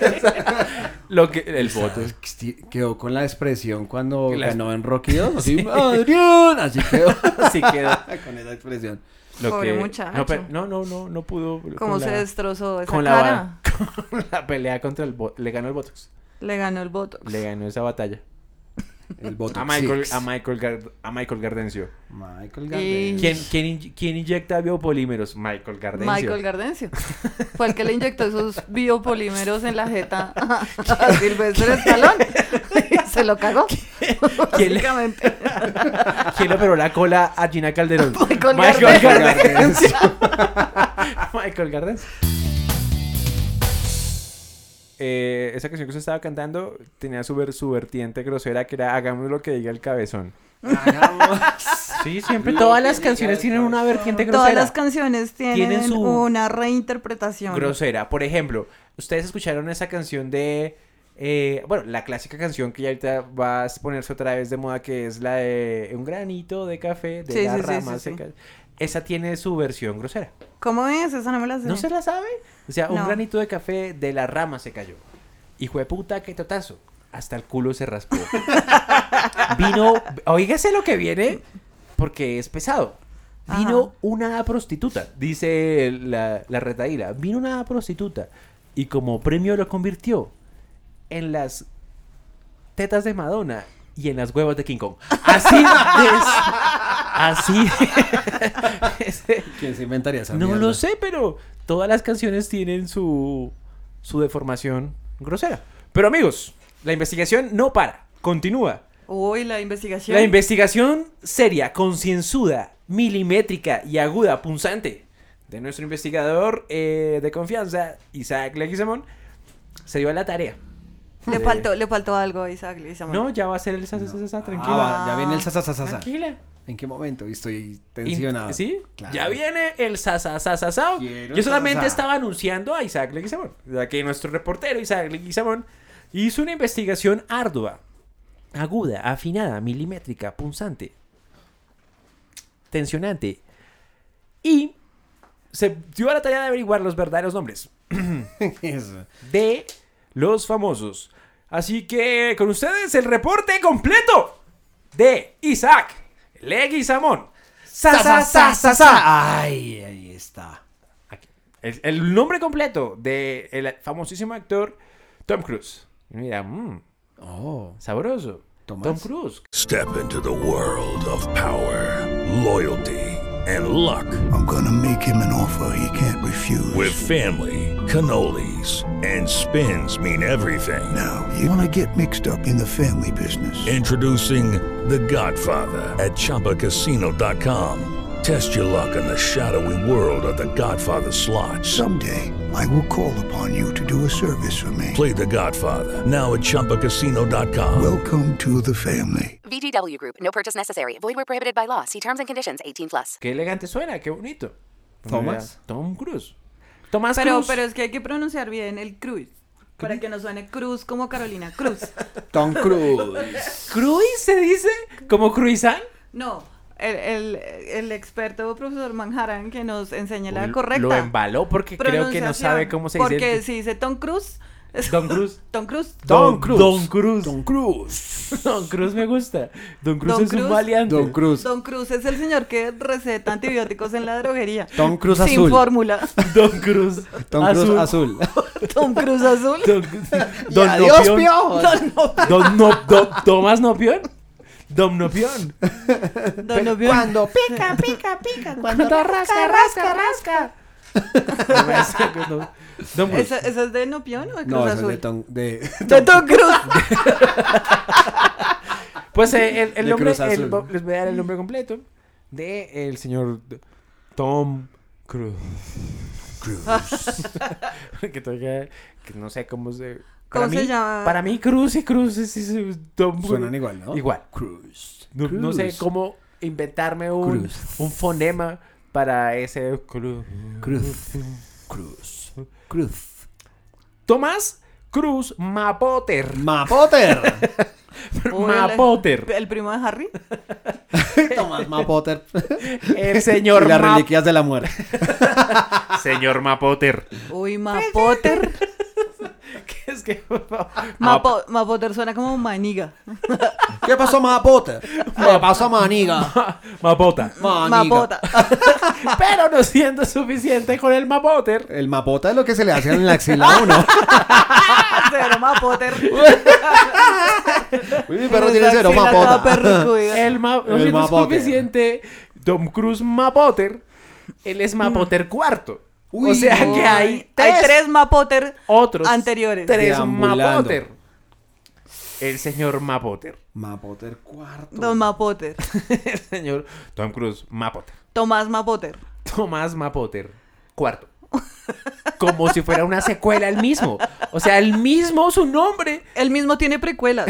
Speaker 4: Lo que, el Botox.
Speaker 5: Sti- Quedó con la expresión cuando
Speaker 4: La-
Speaker 5: ganó en Rocky 2. Así, Adrián. Así quedó.
Speaker 4: Así quedó.
Speaker 5: con esa expresión.
Speaker 4: Lo
Speaker 6: Pobre
Speaker 4: que-
Speaker 6: muchacho.
Speaker 4: No, pe- No, no, no, no pudo.
Speaker 6: ¿Cómo
Speaker 4: con
Speaker 6: se
Speaker 4: la-
Speaker 6: destrozó esa
Speaker 4: con la,
Speaker 6: cara?
Speaker 4: con la pelea contra el Botox. Le ganó el Botox.
Speaker 6: Le ganó el voto.
Speaker 4: Le ganó esa batalla.
Speaker 5: El voto.
Speaker 4: A Michael, a Michael, Gard- a Michael Gardencio.
Speaker 5: Michael
Speaker 6: Y-
Speaker 5: Gardencio.
Speaker 4: ¿Quién, quién, in- quién inyecta biopolímeros? Michael Gardencio.
Speaker 6: Michael Gardencio. Fue el que le inyectó esos biopolímeros en la jeta a a Silvestre Stallone. Y se lo cagó.
Speaker 4: ¿Quién le-
Speaker 6: Básicamente.
Speaker 4: ¿Quién le operó la cola a Gina Calderón?
Speaker 6: Michael
Speaker 4: Michael
Speaker 5: Michael
Speaker 4: Gardencio.
Speaker 5: Gardencio.
Speaker 4: Michael Gardencio. Eh, esa canción que usted estaba cantando tenía su, ver- su vertiente grosera que era Hagamos lo que diga el cabezón. Sí, siempre. Todas las canciones tienen una vertiente
Speaker 6: Todas las canciones tienen,
Speaker 4: Tienen su-
Speaker 6: una reinterpretación.
Speaker 4: grosera. Por ejemplo, ustedes escucharon esa canción de. eh, bueno, la clásica canción que ya ahorita va a ponerse otra vez de moda, que es la de Un granito de café de
Speaker 6: Sí,
Speaker 4: las
Speaker 6: sí, sí,
Speaker 4: ramas
Speaker 6: sí, sí.
Speaker 4: secas. Esa tiene su versión grosera.
Speaker 6: ¿Cómo es? Esa no me la sé.
Speaker 4: ¿No se la sabe? O sea, un
Speaker 6: No.
Speaker 4: granito de café de la rama se cayó. Hijo de puta, qué totazo. Hasta el culo se raspó. Vino, oígase lo que viene, porque es pesado. Vino
Speaker 6: Ajá.
Speaker 4: una prostituta, dice la, la retaíla. Vino una prostituta y como premio lo convirtió en las tetas de Madonna y en las huevas de King Kong. Así es. Así es.
Speaker 5: ¿Quién se inventaría esa
Speaker 4: No
Speaker 5: mierda?
Speaker 4: lo sé, pero todas las canciones tienen su, su deformación grosera. Pero amigos, la investigación no para, continúa.
Speaker 6: Uy, la investigación.
Speaker 4: La investigación seria, concienzuda, milimétrica y aguda, punzante, de nuestro investigador eh, de confianza, Isaac Leguizamón, se dio a la tarea.
Speaker 6: le, faltó, le faltó algo a Isaac Leguizamón.
Speaker 4: No, ya va a ser el sa, sa, sa, sa,
Speaker 5: Ah,
Speaker 4: tranquila.
Speaker 5: va, ya viene el sasasasasa.
Speaker 4: Tranquila.
Speaker 5: ¿En qué momento? Estoy
Speaker 4: In-
Speaker 5: tensionado.
Speaker 4: ¿Sí?
Speaker 5: Claro.
Speaker 4: Ya viene el sa, sa, sa, sa, sa.
Speaker 5: Quiero
Speaker 4: Yo solamente
Speaker 5: sa, sa.
Speaker 4: estaba anunciando a Isaac Leguizamón. Ya que nuestro reportero Isaac Leguizamón hizo una investigación ardua, aguda, afinada, milimétrica, punzante, tensionante. Y se dio a la tarea de averiguar los verdaderos nombres
Speaker 5: Eso.
Speaker 4: de los famosos. Así que con ustedes el reporte completo de Isaac Leguizamón. Sa, sa, sa, sa, sa.
Speaker 5: Ay, ahí está.
Speaker 4: El, el nombre completo del famosísimo actor Tom Cruise. Mira, mm,
Speaker 5: Oh.
Speaker 4: sabroso.
Speaker 5: Tomás.
Speaker 4: Tom Cruise.
Speaker 8: Step into the world of power, loyalty, and luck
Speaker 9: I'm gonna make him an offer he can't refuse.
Speaker 8: with family, cannolis, and spins mean everything.
Speaker 9: now, you wanna get mixed up in the family business.
Speaker 8: Introducing The Godfather at ChumbaCasino.com. Test your luck in the shadowy world of The Godfather slot.
Speaker 9: Someday, I will call upon you to do a service for me.
Speaker 8: Play The Godfather now at ChumbaCasino.com.
Speaker 9: Welcome to the family.
Speaker 10: VGW Group. No purchase necessary. Void where prohibited by law. See terms and conditions. 18 plus.
Speaker 4: Qué elegante suena, qué bonito.
Speaker 5: ¿Thomas?
Speaker 4: Mira, Tom Cruise. Tomás
Speaker 6: Pero,
Speaker 4: Cruise.
Speaker 6: pero es que hay que pronunciar bien el Cruz. Para que no suene Cruz como Carolina Cruz.
Speaker 5: Tom Cruise.
Speaker 4: ¿Cruise se dice? ¿Como Cruisan?
Speaker 6: No, el, el, el experto profesor Manjaran que nos enseña la
Speaker 4: Uy,
Speaker 6: correcta.
Speaker 4: Lo embaló porque creo que no sabe cómo se dice.
Speaker 6: pronunciación. Porque si dice Tom Cruise. es-
Speaker 4: Don Cruz.
Speaker 6: Tom Cruise.
Speaker 4: Don
Speaker 5: Cruz.
Speaker 4: Cruz. Don Cruz.
Speaker 5: Don Cruz.
Speaker 4: Don Cruz me gusta. Don Cruz
Speaker 6: Don
Speaker 4: es un
Speaker 6: Cruz.
Speaker 4: valiante.
Speaker 5: Don Cruz.
Speaker 6: Don Cruz es el señor que receta antibióticos en la droguería.
Speaker 5: Tom Cruise
Speaker 6: Sin
Speaker 5: azul.
Speaker 6: fórmula.
Speaker 4: Don Cruz.
Speaker 5: Tom Cruise azul.
Speaker 6: Tom Cruise azul.
Speaker 4: Don, Don
Speaker 5: adiós,
Speaker 4: Nopión.
Speaker 5: piojos.
Speaker 4: Don Nopión. Don no, Don- Tomás Nopión. Don Nopión.
Speaker 6: Don Obión.
Speaker 5: pica, pica, pica. Cuando rasca, rasca, rasca.
Speaker 4: Don Cruz.
Speaker 6: ¿Esa, esa es de Nopión o de Cruz
Speaker 5: No, eso es
Speaker 6: Azul?
Speaker 5: de Tom. De...
Speaker 6: De Tom Cruise.
Speaker 4: Pues eh, el, el
Speaker 5: De
Speaker 4: nombre,
Speaker 5: Cruz Azul.
Speaker 4: el- les voy a dar el nombre completo de el señor Tom Cruise. que todavía- que no sé cómo se. para
Speaker 6: ¿Cómo se
Speaker 4: mí-
Speaker 6: llama?
Speaker 4: Para mí, Cruz y Cruz es, es- es Tom
Speaker 5: Suenan
Speaker 4: Cruise.
Speaker 5: igual, ¿no?
Speaker 4: Igual.
Speaker 5: Cruz.
Speaker 4: No, no sé cómo inventarme un,
Speaker 5: Cruz.
Speaker 4: un fonema para ese Cruz.
Speaker 5: Cruz. Cruz. Cruz.
Speaker 4: Tomás Cruz Mapoter.
Speaker 5: Mapotter.
Speaker 6: Uy, el-
Speaker 4: Mapoter.
Speaker 6: El primo de Harry.
Speaker 5: Tomás Mapotter.
Speaker 4: El
Speaker 5: Y
Speaker 4: señor
Speaker 5: las
Speaker 4: Ma-
Speaker 5: reliquias de la muerte.
Speaker 4: Señor Mapoter.
Speaker 6: Uy, Mapotter.
Speaker 4: ¿Qué es que
Speaker 6: Mapo- Mapotter suena como maniga.
Speaker 5: ¿Qué pasó, Mapotter? ¿Qué pasó, maniga?
Speaker 4: Mapota.
Speaker 5: Maniga.
Speaker 6: Mapota.
Speaker 4: Pero no siendo suficiente con el Mapoter.
Speaker 5: El mapota es lo que se le hacían en la axila a uno.
Speaker 6: Cero Mapotter.
Speaker 5: Uy, mi perro tiene cero
Speaker 6: Toda
Speaker 5: mapota.
Speaker 6: perrucuda.
Speaker 4: El ma no
Speaker 5: El
Speaker 4: siendo
Speaker 5: Mapoter.
Speaker 4: suficiente Tom Cruise Mapoter. Él es Mapoter cuarto.
Speaker 5: Uy,
Speaker 4: o sea
Speaker 6: Uy,
Speaker 4: que hay tres,
Speaker 6: Hay tres Mapotter
Speaker 4: otros
Speaker 6: anteriores.
Speaker 4: Tres
Speaker 5: Deambulando.
Speaker 4: Mapoter. El señor Mapoter.
Speaker 5: Mapotter cuarto.
Speaker 6: Don Mapotter.
Speaker 4: El señor Tom Cruise Mapoter.
Speaker 6: Tomás Mapotter.
Speaker 4: Tomás Mapoter cuarto. Como si fuera una secuela el mismo. O sea, el mismo su nombre.
Speaker 6: Él mismo tiene precuelas.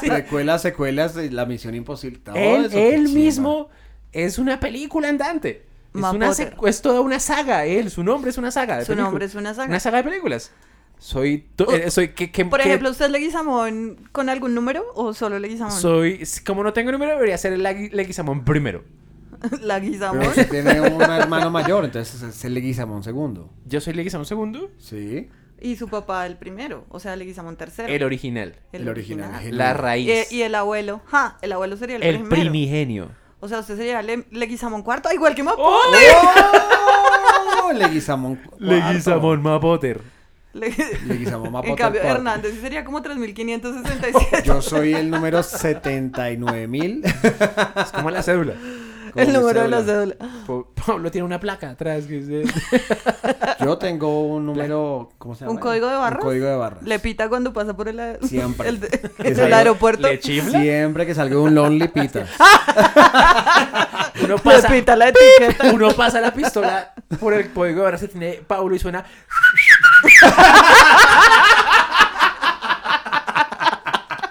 Speaker 5: Secuelas, secuelas de La Misión Imposible. Todo
Speaker 4: él
Speaker 5: eso,
Speaker 4: él
Speaker 5: qué chimba.
Speaker 4: mismo es una película andante. Es, una
Speaker 6: Mapoter.
Speaker 4: secu- es toda una saga, él, su nombre es una saga. de
Speaker 6: Su
Speaker 4: película.
Speaker 6: nombre es una saga.
Speaker 4: Una saga de películas. Soy... to-
Speaker 6: Uh,
Speaker 4: eh, soy que, que-
Speaker 6: Por
Speaker 4: que-
Speaker 6: ejemplo, ¿usted es Leguizamón con algún número o solo Leguizamón?
Speaker 4: Soy... Como no tengo número, debería ser el Legui- Leguizamón primero.
Speaker 6: Leguizamón.
Speaker 5: Pero si tiene un hermano mayor, entonces es el Leguizamón segundo.
Speaker 4: Yo soy Leguizamón segundo,
Speaker 5: Sí.
Speaker 6: Y su papá el primero, o sea, Leguizamón tercero.
Speaker 4: el original.
Speaker 5: El original. El-
Speaker 4: La raíz.
Speaker 6: Eh, Y, y el abuelo. Ja, el abuelo sería el,
Speaker 4: el
Speaker 6: primero.
Speaker 4: primigenio.
Speaker 6: O sea, usted sería Le- Leguizamón cuarto, ah, igual que Mapote.
Speaker 5: ¡Oh! Leguizamón. cuarto.
Speaker 4: Leguizamón Mapoter.
Speaker 6: Le-
Speaker 5: Leguizamón Mapotter
Speaker 6: En cambio,
Speaker 5: cuarto.
Speaker 6: Hernández sí sería como 3567.
Speaker 5: Yo soy el número 79000.
Speaker 4: Es como la cédula.
Speaker 6: el número de la
Speaker 5: cédula.
Speaker 6: cédula.
Speaker 4: Pa- Pablo tiene una placa atrás que dice...
Speaker 5: Yo tengo un número. ¿Cómo se llama?
Speaker 6: Ah, ¿Un código de barras?
Speaker 5: Un código de barras.
Speaker 6: Le pita cuando pasa por el,
Speaker 5: Siempre.
Speaker 6: el, de-
Speaker 5: Que
Speaker 6: el
Speaker 5: salga-
Speaker 6: aeropuerto.
Speaker 4: ¿Le chifla?
Speaker 5: Siempre que salga un lonely pita.
Speaker 4: Uno
Speaker 6: Le
Speaker 4: pasa...
Speaker 6: pita la etiqueta.
Speaker 4: Uno pasa la pistola por el código, ahora se tiene Paulo y suena.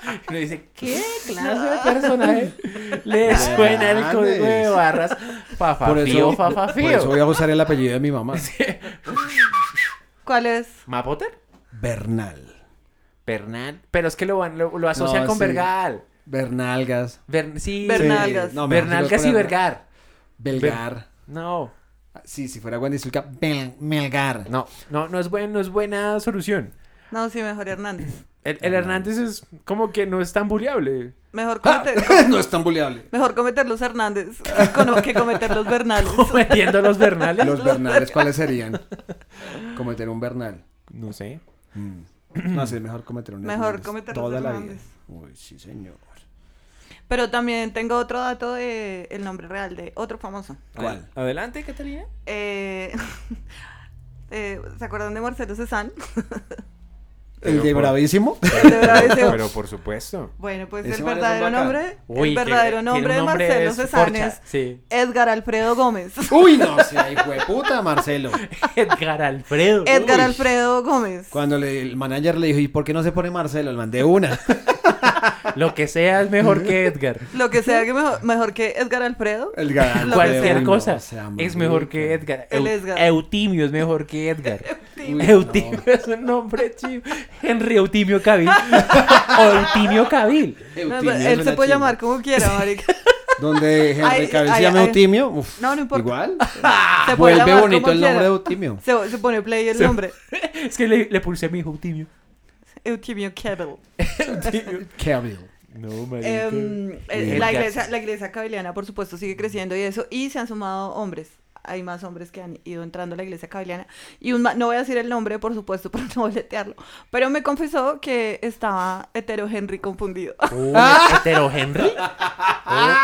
Speaker 4: Y uno dice, ¿qué clase de personaje le suena el código de barras?
Speaker 5: Por eso, por eso
Speaker 4: Fafafío,
Speaker 5: voy
Speaker 4: fafafío.
Speaker 5: a usar el apellido de mi mamá.
Speaker 6: ¿Cuál es?
Speaker 4: ¿Mapoter?
Speaker 5: Bernal.
Speaker 4: Bernal. Pero es que lo, van- lo, lo asocian
Speaker 5: No,
Speaker 4: con
Speaker 5: sí.
Speaker 4: Bernal.
Speaker 5: Bernalgas.
Speaker 4: sí.
Speaker 6: Bernalgas.
Speaker 5: no, mejor
Speaker 4: Bernal
Speaker 5: si lo
Speaker 4: casi
Speaker 5: ponen-
Speaker 4: Vergar.
Speaker 5: Belgar.
Speaker 4: No.
Speaker 5: Sí, si fuera Wendy Zulka, Bel- Melgar.
Speaker 4: No, no, no es, buen- no es buena solución.
Speaker 6: No, sí, mejor Hernández.
Speaker 4: El, el Hernández es como que no es tan buleable.
Speaker 6: Mejor cometer,
Speaker 5: Ah, no es tan buleable.
Speaker 6: mejor cometer los Hernández que cono- que cometer los Bernales.
Speaker 4: Metiendo los Bernales.
Speaker 5: Los Bernales, ¿cuáles serían? Cometer un Bernal.
Speaker 4: No sé.
Speaker 5: Mm. No, sí, mejor cometer un
Speaker 6: Mejor
Speaker 5: Hernández.
Speaker 6: cometer un
Speaker 5: Toda la vida.
Speaker 6: Hernández.
Speaker 5: Uy, sí, señor.
Speaker 6: Pero también tengo otro dato de el nombre real de otro famoso.
Speaker 5: ¿Cuál?
Speaker 4: Adelante, Catalina.
Speaker 6: Eh, eh, ¿Se acuerdan de Marcelo Cezanne?
Speaker 5: ¿El de Bravísimo?
Speaker 6: El de Bravísimo.
Speaker 4: Pero por supuesto.
Speaker 6: Bueno, pues
Speaker 5: Ese
Speaker 6: el
Speaker 5: man es un
Speaker 6: verdadero
Speaker 5: bacán.
Speaker 6: nombre,
Speaker 4: Uy,
Speaker 6: el
Speaker 4: que-
Speaker 6: verdadero
Speaker 4: tiene
Speaker 6: nombre
Speaker 4: un
Speaker 6: de
Speaker 4: nombre
Speaker 6: Marcelo
Speaker 4: es
Speaker 6: Cezanne
Speaker 4: Porcha,
Speaker 6: es
Speaker 4: sí.
Speaker 6: Edgar Alfredo Gómez.
Speaker 5: Uy, no, sea hijo de puta, Marcelo.
Speaker 4: Edgar Alfredo.
Speaker 6: Edgar
Speaker 5: Uy.
Speaker 6: Alfredo Gómez.
Speaker 5: Cuando le- el manager le dijo, ¿y por qué no se pone Marcelo? El man de una.
Speaker 4: Lo que sea es mejor que Edgar.
Speaker 6: Lo que sea que mejor, mejor que Edgar Alfredo.
Speaker 5: El galán.
Speaker 6: Lo
Speaker 4: Cualquier
Speaker 5: Uy, no,
Speaker 4: cosa
Speaker 5: sea
Speaker 4: es
Speaker 5: marica.
Speaker 4: mejor que Edgar.
Speaker 6: El
Speaker 4: Eu-
Speaker 6: Edgar.
Speaker 4: Eutimio es mejor que Edgar.
Speaker 5: Uy,
Speaker 4: Eutimio
Speaker 5: no.
Speaker 4: es un nombre chido. Henry Eutimio Cabil. Eutimio Cabil.
Speaker 6: No,
Speaker 5: Eutimio
Speaker 6: él
Speaker 5: suena
Speaker 6: se puede
Speaker 5: chimba.
Speaker 6: llamar como quiera, marica.
Speaker 5: Donde
Speaker 6: Ay,
Speaker 5: Henry Cavill
Speaker 6: ay,
Speaker 5: se llama
Speaker 6: ay.
Speaker 5: Eutimio. uf,
Speaker 6: No, no importa.
Speaker 5: Igual. Ah,
Speaker 6: Se puede
Speaker 5: Vuelve
Speaker 6: llamar
Speaker 5: bonito
Speaker 6: como
Speaker 5: el nombre de
Speaker 6: quiera.
Speaker 5: Eutimio.
Speaker 6: Se, se pone play el nombre.
Speaker 4: Es que le, le puse a mi hijo Eutimio.
Speaker 6: Eutimio Kettle.
Speaker 5: Cavill.
Speaker 4: No,
Speaker 6: Em, eh,
Speaker 4: Bien.
Speaker 6: la,
Speaker 4: Edgar.
Speaker 6: iglesia, la iglesia cabiliana, por supuesto, sigue creciendo y eso. Y se han sumado hombres. Hay más hombres que han ido entrando a la iglesia cabiliana. Y un ma- no voy a decir el nombre, por supuesto, para no boletearlo. Pero me confesó que estaba hetero Henry confundido.
Speaker 4: hetero Henry.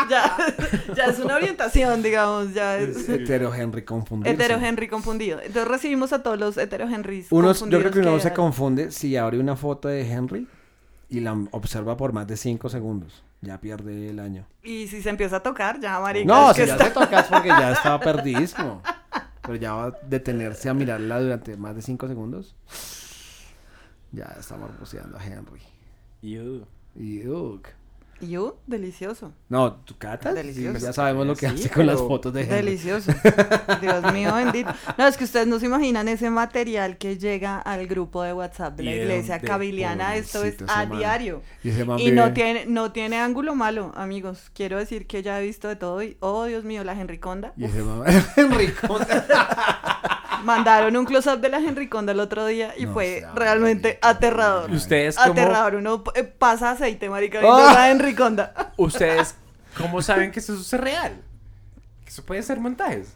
Speaker 6: ya, ya es una orientación, digamos. Ya es
Speaker 5: Hetero Henry confundido.
Speaker 6: hetero Henry confundido. Entonces recibimos a todos los hetero Henrys.
Speaker 5: Unos, yo creo
Speaker 6: confundidos
Speaker 5: que uno se
Speaker 6: hay.
Speaker 5: confunde si abre una foto de Henry y la observa por más de 5 segundos. Ya pierde el año.
Speaker 6: Y si se empieza a tocar, ya, marica.
Speaker 5: No,
Speaker 6: es
Speaker 5: si
Speaker 6: que
Speaker 5: ya
Speaker 6: está-
Speaker 5: te tocas porque ya estaba perdidísimo. Pero ya va a detenerse a mirarla durante más de 5 segundos. Ya está morboseando a Henry. Yuck.
Speaker 6: Y yo, delicioso.
Speaker 5: No, tu cata.
Speaker 6: Delicioso.
Speaker 5: pues ya sabemos lo que hace con las fotos de Henry.
Speaker 6: Delicioso. Dios mío, bendito. No, es que ustedes no se imaginan ese material que llega al grupo de WhatsApp de la
Speaker 5: Y
Speaker 6: iglesia
Speaker 5: donde,
Speaker 6: cabiliana. Esto es
Speaker 5: pobrecito, ese
Speaker 6: a
Speaker 5: man.
Speaker 6: diario.
Speaker 5: Y ese man
Speaker 6: Y no
Speaker 5: vive-
Speaker 6: tiene, no tiene ángulo malo, amigos. Quiero decir que ya he visto de todo y, oh Dios mío, la Henriconda.
Speaker 5: Y ese mamá. Henry
Speaker 6: Mandaron un close-up de la Henriconda el otro día y
Speaker 5: No
Speaker 6: fue
Speaker 5: sea
Speaker 6: realmente
Speaker 5: marica.
Speaker 6: aterrador.
Speaker 4: Ustedes Ah. como-
Speaker 6: Aterrador. Uno eh, pasa aceite, marica, viendo la Henriconda.
Speaker 4: ¿Ustedes cómo saben que eso es real? Que eso puede ser montajes.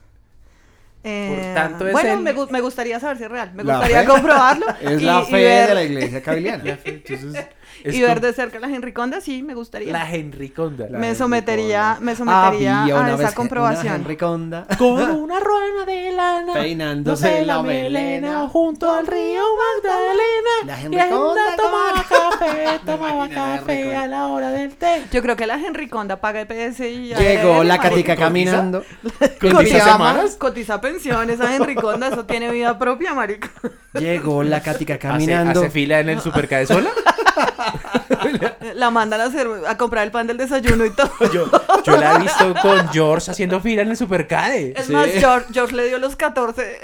Speaker 6: Eh,
Speaker 4: tanto, es
Speaker 6: bueno,
Speaker 4: el-
Speaker 6: me, gu- me gustaría saber si es real. Me
Speaker 5: La
Speaker 6: gustaría
Speaker 5: fe-
Speaker 6: comprobarlo.
Speaker 5: Es
Speaker 6: y-
Speaker 5: la
Speaker 6: y
Speaker 5: fe
Speaker 6: ver-
Speaker 5: de la iglesia cabiliana.
Speaker 4: Entonces,
Speaker 6: y ver de cerca la Henriconda, sí, me gustaría.
Speaker 4: la Henriconda.
Speaker 6: me sometería, me sometería
Speaker 5: Había
Speaker 6: a
Speaker 5: Ah, una vez
Speaker 6: esa
Speaker 5: que-
Speaker 6: comprobación.
Speaker 5: Una Henry Conda.
Speaker 4: Con una rueda de lana.
Speaker 5: Peinándose
Speaker 4: dándose
Speaker 5: la melena.
Speaker 4: Junto al río Magdalena.
Speaker 5: La
Speaker 4: y
Speaker 5: Henriconda
Speaker 4: anda, tomaba
Speaker 5: tomaba-
Speaker 4: café,
Speaker 5: Me
Speaker 4: tomaba
Speaker 5: imagino la
Speaker 4: café
Speaker 5: Henriconda.
Speaker 4: a la hora del té.
Speaker 6: Yo creo que la Henriconda paga EPS y ya
Speaker 5: Llegó
Speaker 6: eres,
Speaker 5: la
Speaker 6: marica.
Speaker 5: catica caminando.
Speaker 6: Cotiza-
Speaker 5: en pijama.
Speaker 6: Cotiza pensión, esa Henriconda, eso tiene vida propia, marica.
Speaker 5: Llegó la catica
Speaker 4: ¿Hace,
Speaker 5: caminando.
Speaker 4: hace fila en el supercabezola?
Speaker 6: La mandan a hacer a comprar el pan del desayuno y todo.
Speaker 4: Yo, yo la he visto con George haciendo fila en el supercade.
Speaker 6: Es más, George, George le dio los 14,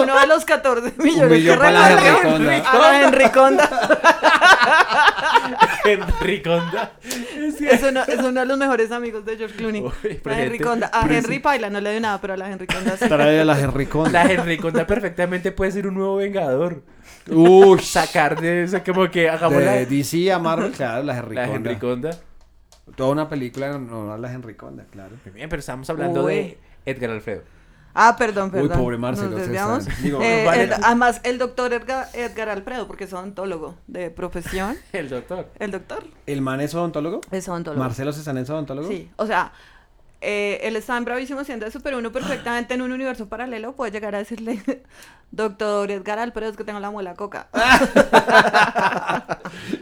Speaker 6: uno de los 14 millones que
Speaker 5: millón para la
Speaker 6: regaló
Speaker 5: Henriconda.
Speaker 6: a la Henriconda.
Speaker 4: Henriconda.
Speaker 6: Es uno, es uno de los mejores amigos de George Clooney.
Speaker 4: Uy,
Speaker 6: la
Speaker 4: presente,
Speaker 6: Henriconda. A
Speaker 4: presente.
Speaker 6: Henry Paila no le dio nada, pero a la Henriconda sí.
Speaker 5: Trae a la Henry Conda.
Speaker 4: La Henriconda perfectamente puede ser un nuevo vengador.
Speaker 5: Uy,
Speaker 4: Sacar de esa, como que hagamos la,
Speaker 5: de DC a Marvel, claro, la Henry
Speaker 4: la
Speaker 5: Conda.
Speaker 4: Henriconda.
Speaker 5: Toda una película en honor a la Henry Conda, claro.
Speaker 4: Muy bien, pero estamos hablando
Speaker 6: Uy.
Speaker 4: de Edgar Alfredo.
Speaker 6: Ah, perdón, perdón.
Speaker 5: pobre Marcelo,
Speaker 6: Nos
Speaker 5: se
Speaker 6: desviamos.
Speaker 5: está- digo,
Speaker 6: Eh,
Speaker 4: vale.
Speaker 6: el- además, el doctor Edgar, Edgar Alfredo, porque es odontólogo de profesión.
Speaker 4: El doctor.
Speaker 6: El doctor
Speaker 5: ¿El man es odontólogo?
Speaker 6: es odontólogo.
Speaker 5: ¿Marcelo Cezanne es odontólogo?
Speaker 6: Sí, o sea, eh, él está en bravísimo haciendo eso, pero uno perfectamente en un universo paralelo puede llegar a decirle, doctor Edgar Alfredo, es que tengo la muela coca.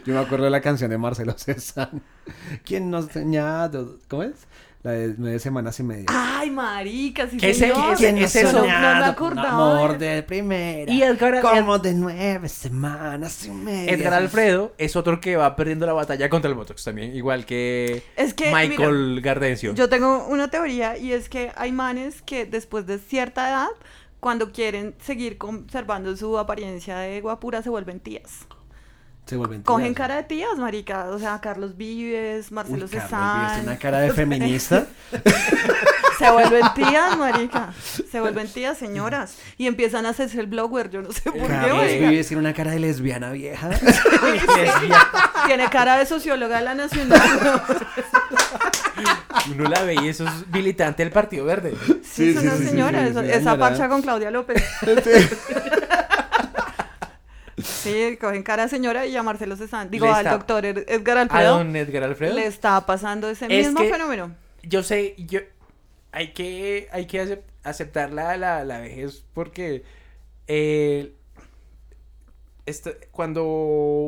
Speaker 5: Yo me acuerdo de la canción de Marcelo Cezanne. ¿Quién nos enseñado? ¿Cómo es? La de nueve semanas y media.
Speaker 6: Ay, marica, sí,
Speaker 4: ¿Qué es-
Speaker 6: señor.
Speaker 4: qué es- qué es
Speaker 6: no, no me
Speaker 4: soñado,
Speaker 6: acordaba.
Speaker 5: Amor de primera.
Speaker 4: Y Edgar-
Speaker 5: Como de nueve semanas y media.
Speaker 4: Edgar Alfredo es otro que va perdiendo la batalla contra el Botox también, igual que,
Speaker 6: Es que,
Speaker 4: Michael Gardencio.
Speaker 6: Yo tengo una teoría y es que hay manes que después de cierta edad, cuando quieren seguir conservando su apariencia de guapura, se vuelven tías.
Speaker 5: Se vuelven
Speaker 6: Cogen
Speaker 5: tías.
Speaker 6: cara de tías, marica. O sea, Carlos Vives,
Speaker 5: Uy,
Speaker 6: Marcelo
Speaker 5: Carlos, ¿viste
Speaker 6: Cezanne.
Speaker 5: una cara de feminista.
Speaker 6: Se vuelven tías, marica. Se vuelven tías, señoras. Y empiezan a hacerse el blogger. Yo no sé por qué,
Speaker 5: Carlos
Speaker 6: marica.
Speaker 5: Vives tiene una cara de lesbiana vieja.
Speaker 6: Tiene cara de socióloga de la nacional.
Speaker 4: Uno la ve y eso es militante del Partido Verde.
Speaker 6: Sí,
Speaker 5: sí,
Speaker 6: es una
Speaker 5: sí, sí,
Speaker 6: señora.
Speaker 5: sí,
Speaker 6: esa-
Speaker 5: sí,
Speaker 6: esa
Speaker 5: señora.
Speaker 6: parcha con Claudia López. Sí, cogen cara a señora y a Marcelo Cezanne. Digo,
Speaker 4: Le
Speaker 6: al
Speaker 4: está-
Speaker 6: doctor Ed- Edgar
Speaker 4: ¿A
Speaker 6: Alfredo.
Speaker 4: don Edgar Alfredo?
Speaker 6: Le está pasando ese
Speaker 4: Es
Speaker 6: mismo
Speaker 4: que-
Speaker 6: fenómeno.
Speaker 4: Yo sé, yo... Hay que, hay que acep- aceptar la, la, la vejez porque... eh, esto- cuando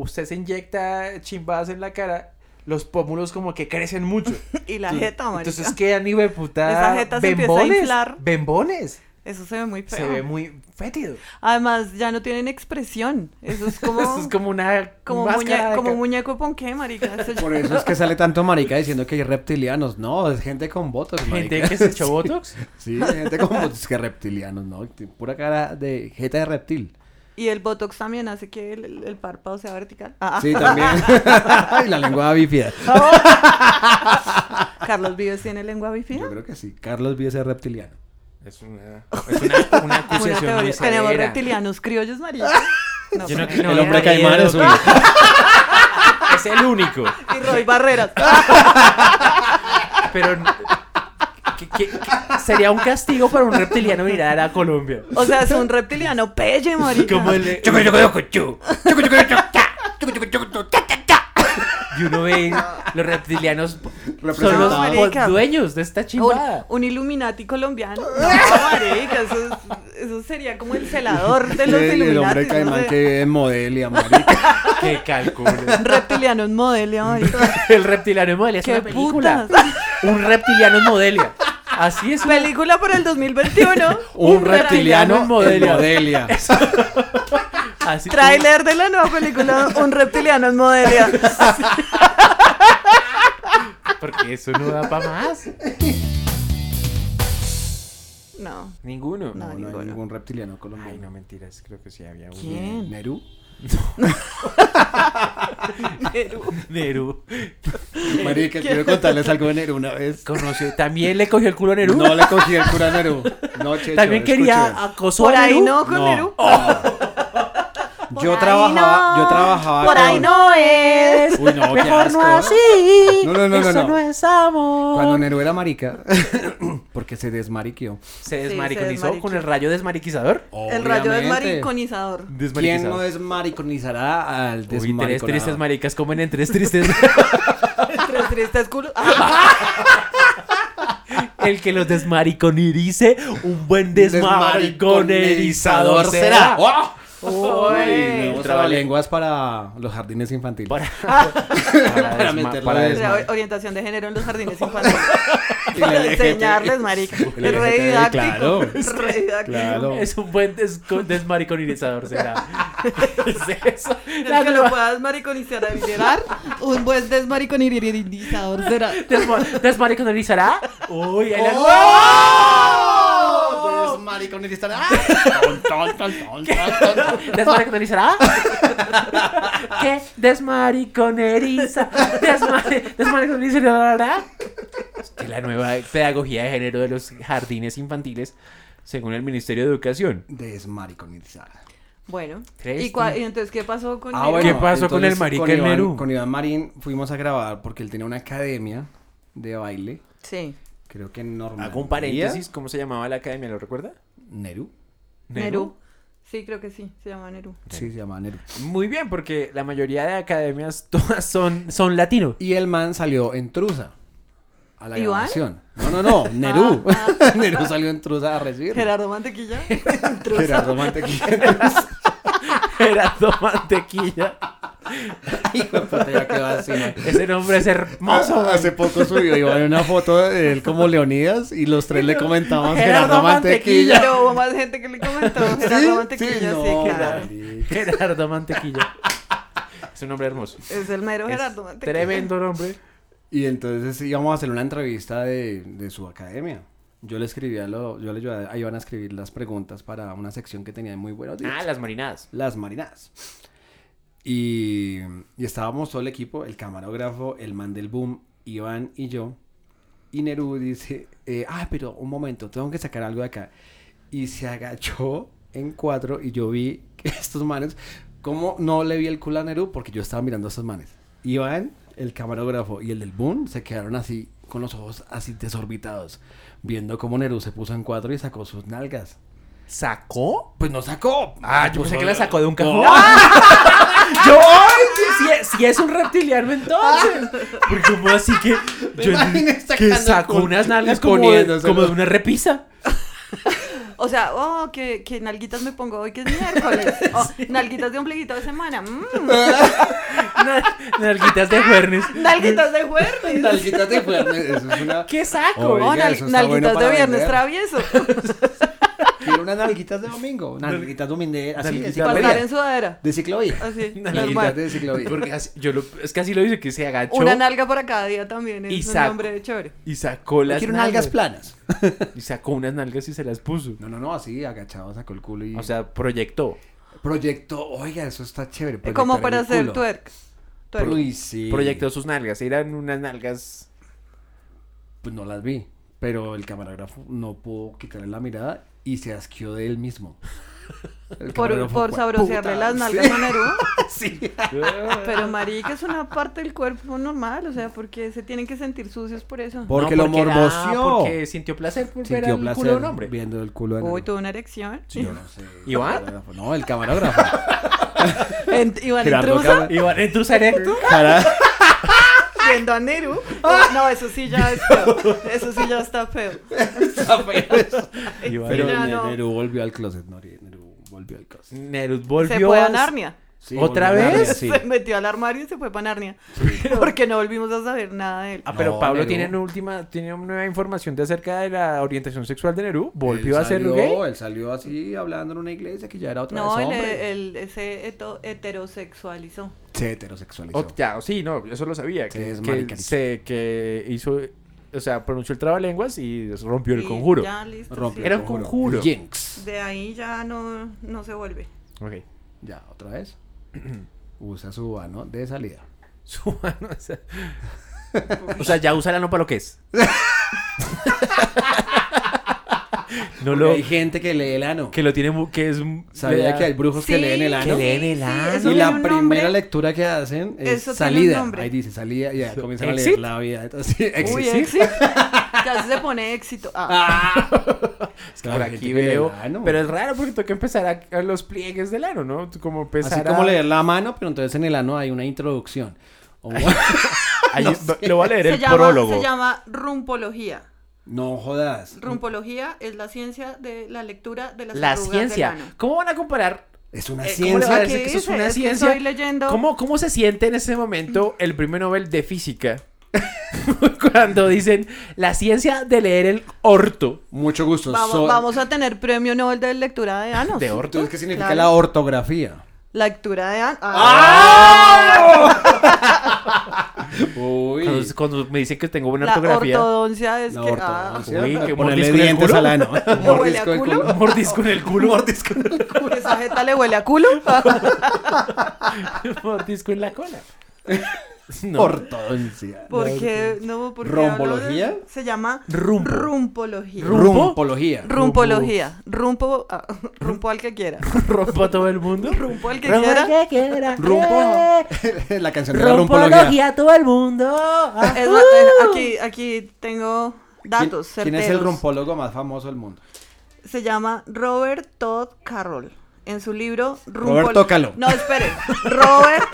Speaker 4: usted se inyecta chimbadas en la cara, los pómulos como que crecen mucho.
Speaker 6: Y la
Speaker 4: Entonces-
Speaker 6: jeta, marica.
Speaker 4: Entonces quedan hijo de puta
Speaker 6: Esa jeta se empieza a
Speaker 4: bembones,
Speaker 6: inflar.
Speaker 4: Bembones.
Speaker 6: Eso se ve muy feo.
Speaker 4: Se ve muy fétido.
Speaker 6: Además, ya no tienen expresión. Eso es como.
Speaker 4: Eso es como una
Speaker 6: como
Speaker 4: máscara
Speaker 6: muñe-
Speaker 4: de
Speaker 6: como
Speaker 4: ca-
Speaker 6: muñeco de ponqué, marica. Eso ya-
Speaker 5: Por eso es que sale tanto marica diciendo que hay reptilianos. No, es gente con botox, marica.
Speaker 4: ¿Gente que se echó
Speaker 5: Sí.
Speaker 4: botox?
Speaker 5: Sí, gente con botox que reptilianos, ¿no? Pura cara de jeta de reptil.
Speaker 6: Y el botox también hace que el, el- el párpado sea vertical. Ah.
Speaker 5: Sí, también. y la lengua bífida.
Speaker 4: ¿Ah?
Speaker 6: ah, Carlos Vives tiene lengua bifida.
Speaker 5: Yo creo que sí. Carlos Vives es reptiliano.
Speaker 11: Es una, es una, una
Speaker 6: Una
Speaker 11: acusación
Speaker 6: teoría.
Speaker 11: muy
Speaker 6: Tenemos
Speaker 11: severa.
Speaker 6: reptilianos criollos, marica. No,
Speaker 11: Yo no-
Speaker 6: pero-
Speaker 11: no,
Speaker 5: El hombre
Speaker 11: no,
Speaker 5: caimán
Speaker 11: no,
Speaker 5: es
Speaker 11: no.
Speaker 5: uno.
Speaker 11: Es el único.
Speaker 6: Y Roy Barreras.
Speaker 11: Ah.
Speaker 4: Pero n- ¿qué- qué- qué- sería un castigo para un reptiliano ir a Colombia.
Speaker 6: O sea, es un reptiliano pelle, marica.
Speaker 4: Como el- Y uno ve los reptilianos son los
Speaker 5: Representados.
Speaker 4: po- dueños de esta
Speaker 6: Un,
Speaker 4: chingada.
Speaker 6: un Illuminati colombiano. No, marica, eso, es- eso sería como el celador de los
Speaker 5: Eh, El, el
Speaker 6: Illuminati.
Speaker 5: hombre caimán
Speaker 6: no sé.
Speaker 5: que vive en Modelia, marica.
Speaker 4: Qué calculo.
Speaker 6: Reptiliano en modelia, marica.
Speaker 4: El reptiliano en Modelia es
Speaker 6: Qué
Speaker 4: una película.
Speaker 6: putas.
Speaker 4: Un reptiliano en Modelia. Así es. una-
Speaker 6: Película para el 2021.
Speaker 5: Un reptiliano en
Speaker 4: en Modelia.
Speaker 5: Modelia.
Speaker 4: Así,
Speaker 6: Trailer de la nueva película Un reptiliano en modelia.
Speaker 4: Porque eso no da para más.
Speaker 6: No.
Speaker 11: Ninguno.
Speaker 5: No, no hay ningún reptiliano colombiano.
Speaker 11: Ay, no mentiras, creo que sí había uno.
Speaker 6: ¿Quién?
Speaker 5: Nerú.
Speaker 4: Nerú.
Speaker 5: Marica, quiero contarles algo de Nerú una vez.
Speaker 4: Conoció. También le cogió el culo a Nerú.
Speaker 5: No le cogí el cura a Nerú. No, Checho,
Speaker 4: También quería
Speaker 5: escuchen.
Speaker 4: acosó
Speaker 6: Por
Speaker 4: a
Speaker 6: ahí
Speaker 4: Nerú.
Speaker 6: no, con
Speaker 5: No.
Speaker 6: Nerú. Por
Speaker 5: Yo
Speaker 6: ahí
Speaker 5: trabajaba,
Speaker 6: no.
Speaker 5: yo trabajaba
Speaker 6: Por ahí
Speaker 5: con-
Speaker 6: no es.
Speaker 5: Uy, no, qué
Speaker 4: Mejor no
Speaker 5: asco.
Speaker 4: así.
Speaker 5: No, no, no, no,
Speaker 4: Eso
Speaker 5: no.
Speaker 4: no es amor.
Speaker 5: Cuando Nerú era marica, porque se desmariqueó.
Speaker 4: Se
Speaker 6: se
Speaker 4: desmariconizó
Speaker 6: desmariquizó.
Speaker 4: con el rayo desmariquizador.
Speaker 6: El rayo es
Speaker 5: Obviamente.
Speaker 6: mariconizador.
Speaker 5: ¿Quién no desmariconizará al
Speaker 4: Uy, tres
Speaker 5: desmariconado?
Speaker 4: tristes maricas comen en tres tristes.
Speaker 6: Tres tristes culos. Ah,
Speaker 4: El que los desmariconirice, un buen
Speaker 5: Desmariconizador
Speaker 4: desmariconerizador será.
Speaker 5: ¡Oh!
Speaker 6: uy.
Speaker 5: Nuevos trabalenguas para los jardines infantiles.
Speaker 4: Para-
Speaker 5: Para
Speaker 4: desma-
Speaker 5: meterlo
Speaker 4: para
Speaker 5: de-
Speaker 6: O sea, orientación de género en los jardines infantiles.
Speaker 5: Y la
Speaker 6: Para
Speaker 5: LGBT.
Speaker 6: enseñarles, marica.
Speaker 5: El
Speaker 6: Es re
Speaker 5: LGBT,
Speaker 6: didáctico.
Speaker 5: claro.
Speaker 6: Re didáctico.
Speaker 5: Claro.
Speaker 4: Es un buen desco- desmariconizador será. Es eso.
Speaker 6: El
Speaker 4: La
Speaker 6: que lo
Speaker 4: nueva-
Speaker 6: puedas mariconizar a liderar, un buen desmariconizador será.
Speaker 4: desma- Desmariconizará. Uy, ahí la-
Speaker 5: ¡Oh! Desmariconizará.
Speaker 4: ¡Ah!
Speaker 5: Ton, ton, ton, ton, ton, ton.
Speaker 4: ¿Desmariconizará? ¿Ah? ¿Qué? Desmariconeriza. Desmari- Desmariconizará. Es que la nueva pedagogía de género de los jardines infantiles, según el Ministerio de Educación.
Speaker 5: Desmariconizará.
Speaker 6: Bueno.
Speaker 4: Tres,
Speaker 6: ¿Y, cua-
Speaker 4: tres.
Speaker 6: y entonces qué pasó con
Speaker 5: Ah,
Speaker 6: el-
Speaker 5: bueno,
Speaker 4: ¿Qué pasó con
Speaker 5: entonces,
Speaker 4: el marica
Speaker 5: con
Speaker 4: en
Speaker 5: Iván-
Speaker 4: Nerú?
Speaker 5: Con Iván Marín fuimos a grabar porque él tenía una academia de baile.
Speaker 6: Sí.
Speaker 5: Creo que en Normandía.
Speaker 4: Hago un paréntesis, ¿cómo se llamaba la academia? ¿Lo recuerda?
Speaker 5: Nerú.
Speaker 6: Nerú. Sí, creo que sí. Se llama Nerú.
Speaker 5: Sí, se llama Nerú.
Speaker 4: Muy bien, porque la mayoría de academias todas son, son latino.
Speaker 5: Y el man salió en Trusa. A la
Speaker 6: ¿Iván?
Speaker 5: grabación. No, no, no. Nerú. Nerú salió en Trusa a recibir.
Speaker 6: Gerardo Mantequilla.
Speaker 5: Gerardo Mantequilla.
Speaker 4: Gerardo Mantequilla.
Speaker 5: Hijo de puta, ya quedó así, man.
Speaker 4: Ese nombre es hermoso.
Speaker 6: Ah,
Speaker 4: güey.
Speaker 5: Ah, Hace poco subió Iván una foto de él como Leonidas y los tres le comentaban
Speaker 4: Gerardo
Speaker 5: Gerardo, Mantequilla.
Speaker 6: Pero hubo más gente que le comentó. Gerardo
Speaker 5: Sí,
Speaker 6: Mantequilla, sí,
Speaker 5: no,
Speaker 6: claro.
Speaker 5: marica.
Speaker 4: Gerardo Mantequilla. Es un nombre hermoso.
Speaker 6: Es el mero Gerardo
Speaker 4: Es
Speaker 6: Mantequilla.
Speaker 4: tremendo nombre.
Speaker 5: Y entonces íbamos a hacer una entrevista de, de su academia. Yo le escribía, lo, yo le ayudaba a Iván a escribir las preguntas para una sección que tenía de muy buenos días.
Speaker 4: Ah, las marinadas.
Speaker 5: las marinadas. Y, y estábamos todo el equipo, el camarógrafo, el man del boom, Iván y yo. Y Nerú dice, eh, ah, pero un momento, tengo que sacar algo de acá. Y se agachó en cuatro y yo vi que estos manes, como no le vi el culo a Nerú porque yo estaba mirando a estos manes. Iván, el camarógrafo y el del boom se quedaron así con los ojos así desorbitados, viendo cómo Nerú se puso en cuatro y sacó sus nalgas.
Speaker 4: ¿Sacó?
Speaker 5: Pues no sacó.
Speaker 4: Ah, yo
Speaker 5: Pues,
Speaker 4: pensé que
Speaker 5: no,
Speaker 4: la sacó de un cajón.
Speaker 5: no.
Speaker 4: Yo, ay, si, si es un reptiliano entonces. Porque como así que yo
Speaker 5: imaginé
Speaker 4: entendí que
Speaker 5: sacando
Speaker 4: sacó
Speaker 5: con-
Speaker 4: unas nalgas como de,
Speaker 5: poniéndoselo.
Speaker 4: como de una repisa.
Speaker 6: O sea, oh, que, que nalguitas me pongo hoy que es miércoles. Oh, Nalguitas de ombliguito de semana. mm.
Speaker 4: Na- Nalguitas de cuernes.
Speaker 6: Nalguitas de jueves.
Speaker 5: Nalguitas de viernes. Eso es una.
Speaker 4: ¿Qué saco?
Speaker 5: Oiga,
Speaker 6: Oh, nal-
Speaker 5: eso está bueno
Speaker 6: nalguitas
Speaker 5: para
Speaker 6: de viernes
Speaker 5: vender.
Speaker 6: travieso.
Speaker 5: Quiero unas nalguitas de domingo. Nalguitas domingueras. Así, de
Speaker 4: Nalguitas
Speaker 6: Pasar en
Speaker 5: ciclovía.
Speaker 6: sudadera.
Speaker 5: De ciclovía.
Speaker 6: Así,
Speaker 5: Nalguitas
Speaker 6: Ah, normal.
Speaker 5: de ciclovía.
Speaker 4: Porque así- yo lo- es que así lo hice, que se agachó
Speaker 6: Una nalga para cada día también.
Speaker 4: Y
Speaker 6: Es un
Speaker 4: saco.
Speaker 6: nombre chévere.
Speaker 4: y sacó las
Speaker 5: Quiero nalgas planas.
Speaker 4: Y sacó unas nalgas y se las puso.
Speaker 5: No, no, no, así agachado sacó el culo y.
Speaker 4: O sea, proyectó.
Speaker 5: proyecto. Oiga, eso está chévere.
Speaker 6: Eh, Como
Speaker 5: proyectar
Speaker 6: para
Speaker 5: el
Speaker 6: hacer
Speaker 5: culo.
Speaker 6: twerk. Twerk.
Speaker 5: Uy, sí.
Speaker 4: Proyectó sus nalgas. Eran unas nalgas.
Speaker 5: Pues no las vi. Pero el camarógrafo no pudo quitarle la mirada y se asqueó de él mismo. El
Speaker 6: Por,
Speaker 5: camarógrafo
Speaker 6: por
Speaker 5: fue,
Speaker 6: sabrosearle
Speaker 5: "Puta,
Speaker 6: las nalgas a Nerú.
Speaker 5: Sí.
Speaker 6: Pero marica es una parte del cuerpo normal, o sea, porque se tienen que sentir sucios por eso.
Speaker 5: Porque
Speaker 4: No,
Speaker 5: lo
Speaker 4: era-
Speaker 5: morboció.
Speaker 4: Porque sintió placer por ver
Speaker 5: Sintió
Speaker 4: al culo de
Speaker 5: placer
Speaker 4: un hombre.
Speaker 5: viendo el culo de
Speaker 6: Uy,
Speaker 5: Nerú.
Speaker 6: tuve una erección.
Speaker 5: Yo no sé.
Speaker 4: ¿Iván?
Speaker 5: Camarógrafo. No, el camarógrafo.
Speaker 6: En- Iván
Speaker 5: Gerardo
Speaker 6: Intrusa
Speaker 5: Cam-
Speaker 4: Iván, ¿en tus erecto?
Speaker 6: viendo a Neru.
Speaker 5: Ah.
Speaker 6: No, eso sí ya es feo. Eso sí ya está feo.
Speaker 4: Iván,
Speaker 5: Pero
Speaker 6: ya no.
Speaker 5: Nerú volvió al closet. no, Nerú volvió al closet.
Speaker 4: Nerus volvió.
Speaker 6: Se fue a
Speaker 4: s-
Speaker 6: Narnia.
Speaker 5: Sí,
Speaker 4: ¿Otra
Speaker 5: volvió a
Speaker 4: vez?
Speaker 5: Narnia, sí.
Speaker 6: Se metió al armario y se fue para Narnia. Porque no volvimos a saber nada de él.
Speaker 4: Ah, pero
Speaker 5: No,
Speaker 4: Pablo
Speaker 5: Nerú.
Speaker 4: tiene una última, tiene una nueva información de acerca de la orientación sexual de Nerú. ¿Volvió
Speaker 5: Él
Speaker 4: a ser
Speaker 5: salió,
Speaker 4: gay?
Speaker 5: Él salió así hablando en una iglesia que ya era otra
Speaker 6: No,
Speaker 5: vez
Speaker 6: él,
Speaker 5: hombre.
Speaker 6: él se heto- heterosexualizó.
Speaker 5: Se heterosexualizó.
Speaker 4: O- Oh, ya, sí, no, eso lo sabía.
Speaker 5: Sí,
Speaker 4: que,
Speaker 5: es
Speaker 4: que
Speaker 5: marica.
Speaker 4: se, que hizo, o sea, pronunció el trabalenguas y rompió el
Speaker 6: Y
Speaker 4: conjuro.
Speaker 6: Ya, listo.
Speaker 5: Rompió
Speaker 6: sí.
Speaker 4: Era
Speaker 5: el
Speaker 4: un conjuro.
Speaker 5: Jinx.
Speaker 6: De ahí ya no, no se vuelve.
Speaker 4: Ok.
Speaker 5: Ya, otra vez. Usa su ano de salida.
Speaker 4: Su mano, o sea, o sea, ya usa la no para lo que es. no
Speaker 5: Porque
Speaker 4: lo
Speaker 5: Hay gente que lee el ano.
Speaker 4: que lo tiene mu- que es un- le
Speaker 5: Sabía
Speaker 4: da-
Speaker 5: que hay brujos que
Speaker 6: Sí,
Speaker 5: leen el ano.
Speaker 6: sí,
Speaker 4: leen el
Speaker 6: sí,
Speaker 4: ano.
Speaker 6: eso
Speaker 5: y
Speaker 6: tiene
Speaker 5: la
Speaker 6: un
Speaker 5: primera
Speaker 6: nombre.
Speaker 5: lectura que hacen es
Speaker 6: Eso tiene un
Speaker 5: salida.
Speaker 6: nombre.
Speaker 5: Ahí dice salida y ya comienzan a
Speaker 4: ¿Exit?
Speaker 5: leer la vida. Entonces, exit.
Speaker 6: Uy, eh.
Speaker 5: Sí.
Speaker 6: éxito. Casi se pone éxito. Ah,
Speaker 5: Es que
Speaker 4: Por
Speaker 5: la gente
Speaker 4: aquí
Speaker 5: que lee
Speaker 4: veo.
Speaker 5: el ano.
Speaker 4: Pero es raro porque tengo que empezar a, a los pliegues del ano, ¿no? Tú Como empezar
Speaker 5: Así
Speaker 4: a-
Speaker 5: como leer la mano, pero entonces en el ano hay una introducción. O-
Speaker 4: Ahí- Lo voy a leer
Speaker 6: se,
Speaker 4: el
Speaker 6: llama,
Speaker 4: prólogo.
Speaker 6: se llama rumpología.
Speaker 5: no jodas.
Speaker 6: Rumpología es la ciencia de la lectura de las
Speaker 4: La
Speaker 6: arrugas
Speaker 4: ciencia.
Speaker 6: del ano.
Speaker 4: ¿Cómo van a comparar?
Speaker 5: Es una
Speaker 4: eh, ¿Cómo le van a
Speaker 5: ciencia.
Speaker 4: decir que eso es
Speaker 6: dice?
Speaker 4: una
Speaker 6: Es que
Speaker 4: ciencia?
Speaker 6: estoy leyendo-
Speaker 4: ¿Cómo, ¿Cómo se siente en ese momento el premio Nobel de física? Cuando dicen la ciencia de leer el orto.
Speaker 5: Mucho gusto.
Speaker 6: Vamos,
Speaker 5: soy-
Speaker 6: vamos a tener premio Nobel de lectura de anos.
Speaker 4: De orto.
Speaker 5: Entonces, ¿qué significa
Speaker 6: Claro.
Speaker 5: la ortografía?
Speaker 6: Lectura de Ah, anos.
Speaker 5: Ah, Uy.
Speaker 4: Cuando, cuando me dicen que tengo buena
Speaker 6: la
Speaker 4: ortografía.
Speaker 6: ortodoncia es
Speaker 5: La
Speaker 6: que. ah,
Speaker 5: ortodoncia.
Speaker 4: Uy,
Speaker 5: ponerle
Speaker 4: que mordisco en el
Speaker 5: dientes
Speaker 4: culo.
Speaker 5: al ano.
Speaker 6: ¿Le huele a
Speaker 5: Mordisco en el
Speaker 6: culo?
Speaker 4: Mordisco en el culo. Mordisco en el
Speaker 6: ah, esa jeta le huele a culo.
Speaker 4: culo. Mordisco en la cola. No.
Speaker 5: Ortodoncia.
Speaker 6: Porque no, porque
Speaker 5: ¿Rombología?
Speaker 6: hablo de- se llama
Speaker 4: Rumpo.
Speaker 6: rumpología.
Speaker 4: ¿Rumpo?
Speaker 5: Rumpología.
Speaker 6: Rumpología. Rumpo, ah, rumpo al que quiera.
Speaker 4: Rompo a todo el mundo.
Speaker 6: Rumpo al que quiera.
Speaker 5: Rumpo. la canción de la rumpología.
Speaker 4: a todo el mundo.
Speaker 6: Es la- es- aquí, aquí tengo
Speaker 5: ¿Quién-
Speaker 6: datos.
Speaker 5: ¿Quién es el
Speaker 6: certeros.
Speaker 5: rumpólogo más famoso del mundo?
Speaker 6: Se llama Robert Todd Carroll. En su libro Rumpol-
Speaker 5: Roberto Calo.
Speaker 6: No, espere. Robert,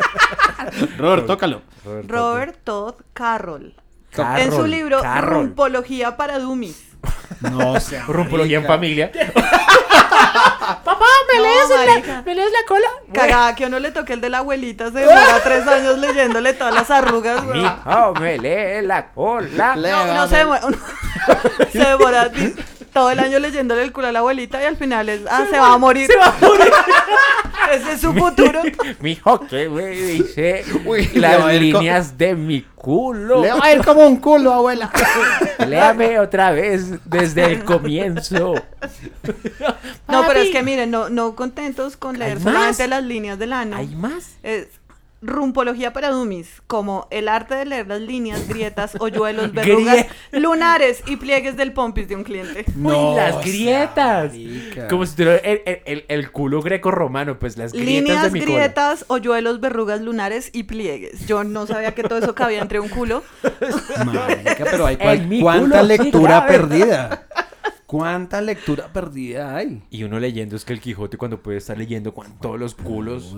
Speaker 5: Robert, tócalo.
Speaker 6: Robert Todd Carroll.
Speaker 5: Carroll,
Speaker 6: en su libro
Speaker 4: Carroll.
Speaker 6: Rumpología para Dummies.
Speaker 5: No sé.
Speaker 4: Rumpología en familia.
Speaker 6: ¿Me lees, la, cola? Cagada, que uno le toque el de la abuelita. Se demora tres años leyéndole todas las arrugas. güey.
Speaker 4: Oh, me lee la cola.
Speaker 6: No, no se demora. uno- se demora di- todo el año leyéndole el culo a la abuelita y al final es, ah, se, va a morir. Se va a morir. Ese es su futuro.
Speaker 4: Mi hijo que me dice
Speaker 5: Uy, le va
Speaker 4: las
Speaker 5: a ir co-
Speaker 4: líneas de mi culo.
Speaker 5: Le va a ir como un culo, abuela.
Speaker 4: Léame otra vez desde el comienzo.
Speaker 6: No, pero es que miren, no, no contentos con leer
Speaker 4: ¿Hay
Speaker 6: solamente
Speaker 4: más?
Speaker 6: las líneas del ano.
Speaker 4: ¿Hay más?
Speaker 6: Es rumpología para dummies, como el arte de leer las líneas, grietas, hoyuelos, verrugas, lunares y pliegues del pompis de un cliente.
Speaker 4: Uy, las grietas.
Speaker 5: marica.
Speaker 4: Como si tuviera el, el- el- el culo greco-romano, pues las grietas de
Speaker 6: Líneas,
Speaker 4: mi cola.
Speaker 6: grietas, hoyuelos, verrugas, lunares y pliegues. Yo no sabía que todo eso cabía entre un culo.
Speaker 5: Marica, pero hay
Speaker 4: En mi
Speaker 5: cuánta
Speaker 4: culo, sí,
Speaker 5: lectura
Speaker 4: grave.
Speaker 5: perdida. ¿Cuánta lectura perdida hay?
Speaker 3: Y uno leyendo es que el Quijote cuando puede estar leyendo con todos los culos.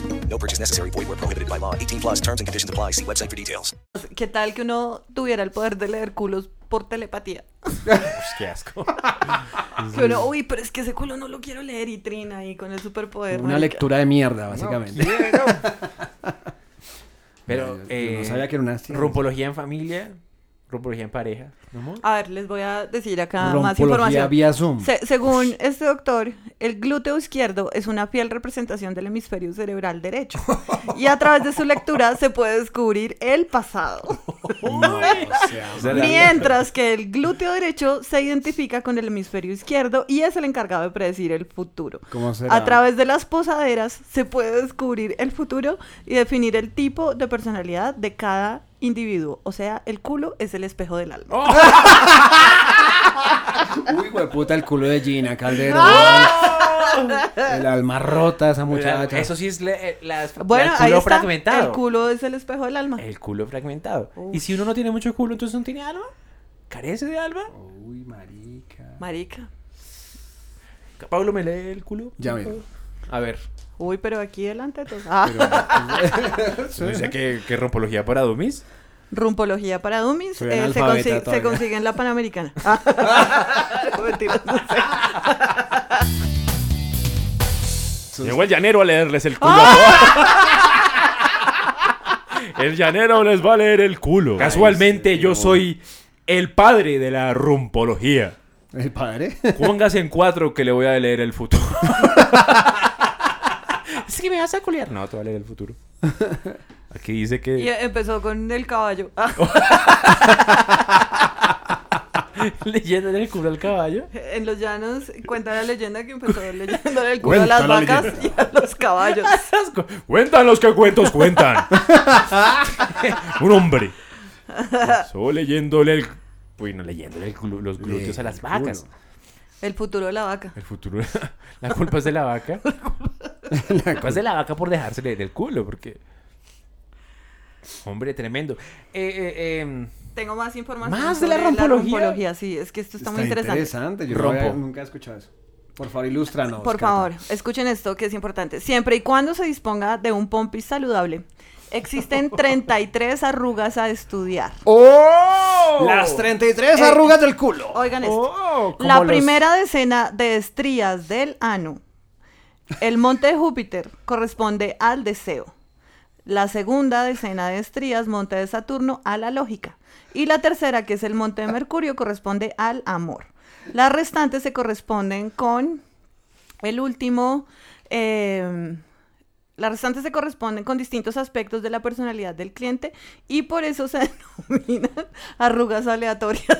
Speaker 2: No purchase necessary. Void where prohibited by law. 18 plus terms and conditions apply. See website for details.
Speaker 6: ¿Qué tal que uno tuviera el poder de leer culos por telepatía?
Speaker 3: qué asco.
Speaker 5: Pues
Speaker 6: que uno, uy, pero es que ese culo no lo quiero leer y trina ahí con el superpoder.
Speaker 5: Una
Speaker 6: marica.
Speaker 5: lectura de mierda, básicamente.
Speaker 6: quiero.
Speaker 4: Pero,
Speaker 5: Yo- yo
Speaker 4: eh,
Speaker 5: no sabía que era una así.
Speaker 4: Rumpología en familia, rumpología en pareja. ¿no, amor?
Speaker 6: A ver, les voy a decir acá más
Speaker 5: Rompología
Speaker 6: información.
Speaker 5: vía Zoom.
Speaker 6: Se- según este doctor, el glúteo izquierdo es una fiel representación del hemisferio cerebral derecho. y a través de su lectura se puede descubrir el pasado. Mientras que el glúteo derecho se identifica con el hemisferio izquierdo y es el encargado de predecir el futuro.
Speaker 5: ¿Cómo será?
Speaker 6: A través de las posaderas se puede descubrir el futuro y definir el tipo de personalidad de cada individuo. O sea, el culo es el espejo del alma.
Speaker 5: Uy, hueputa, el culo de Gina Calderón. El alma rota de esa muchacha.
Speaker 4: Eso sí es le- eh, las-
Speaker 6: Bueno,
Speaker 4: el
Speaker 6: ahí
Speaker 4: culo
Speaker 6: está.
Speaker 4: fragmentado.
Speaker 6: El culo es el espejo del alma.
Speaker 4: El culo fragmentado.
Speaker 6: Uf.
Speaker 4: Y si uno no tiene mucho culo, entonces no tiene alma. ¿Carece de alma?
Speaker 5: Uy, marica.
Speaker 6: Marica.
Speaker 4: Pablo, ¿me lee el culo?
Speaker 5: Ya ven.
Speaker 4: A ver.
Speaker 6: Uy, pero aquí delante de todos. Ah.
Speaker 3: Dice que, que rompología para dummies.
Speaker 6: Rumpología para dummies.
Speaker 3: Soy
Speaker 6: eh, se,
Speaker 3: analfabeta
Speaker 6: consi- se
Speaker 3: todavía.
Speaker 6: consigue en la Panamericana. Ah. No, mentira, no sé.
Speaker 3: Llegó el llanero a leerles el culo. el llanero les va a leer el culo. Casualmente yo soy el padre de la rumpología.
Speaker 5: ¿El padre?
Speaker 3: Póngase en cuatro que le voy a leer el futuro.
Speaker 4: Es que me vas a culiar.
Speaker 3: No, te va a leer el futuro. Aquí dice
Speaker 6: Y
Speaker 3: que
Speaker 6: empezó con el caballo. Ah.
Speaker 4: Leyendo el culo al caballo.
Speaker 6: En los llanos cuenta la leyenda que empezó leyéndole el culo
Speaker 3: Cuenta
Speaker 6: a las
Speaker 3: la
Speaker 6: vacas y a los caballos.
Speaker 3: cuentan los que cuentos cuentan. Un hombre. Solo leyéndole el. Uy, no, leyéndole el culo- los glúteos a las vacas.
Speaker 6: El futuro de la vaca.
Speaker 3: El futuro. La culpa es de la vaca. La culpa es de la vaca por dejarse leer el culo, porque. Hombre, tremendo. Eh, eh, eh,
Speaker 6: Tengo más información.
Speaker 4: ¿Más de la
Speaker 6: sobre
Speaker 4: rumpología?
Speaker 6: rumpología, Sí, es que esto está, muy interesante.
Speaker 5: Yo no
Speaker 3: Rompo.
Speaker 5: había- nunca he escuchado eso. Por favor, ilústranos.
Speaker 6: Por
Speaker 5: Cata.
Speaker 6: favor, escuchen esto que es importante. Siempre y cuando se disponga de un pompis saludable, existen 33 arrugas a estudiar.
Speaker 5: Las 33
Speaker 6: Eh,
Speaker 5: arrugas del culo.
Speaker 6: Oigan esto.
Speaker 5: como
Speaker 6: La
Speaker 5: los-
Speaker 6: primera decena de estrías del ano. El monte de Júpiter corresponde al deseo. La segunda decena de estrías, monte de Saturno, a la lógica. Y la tercera, que es el monte de Mercurio, corresponde al amor. Las restantes se corresponden con el último. eh, las restantes se corresponden con distintos aspectos de la personalidad del cliente y por eso se denominan arrugas aleatorias.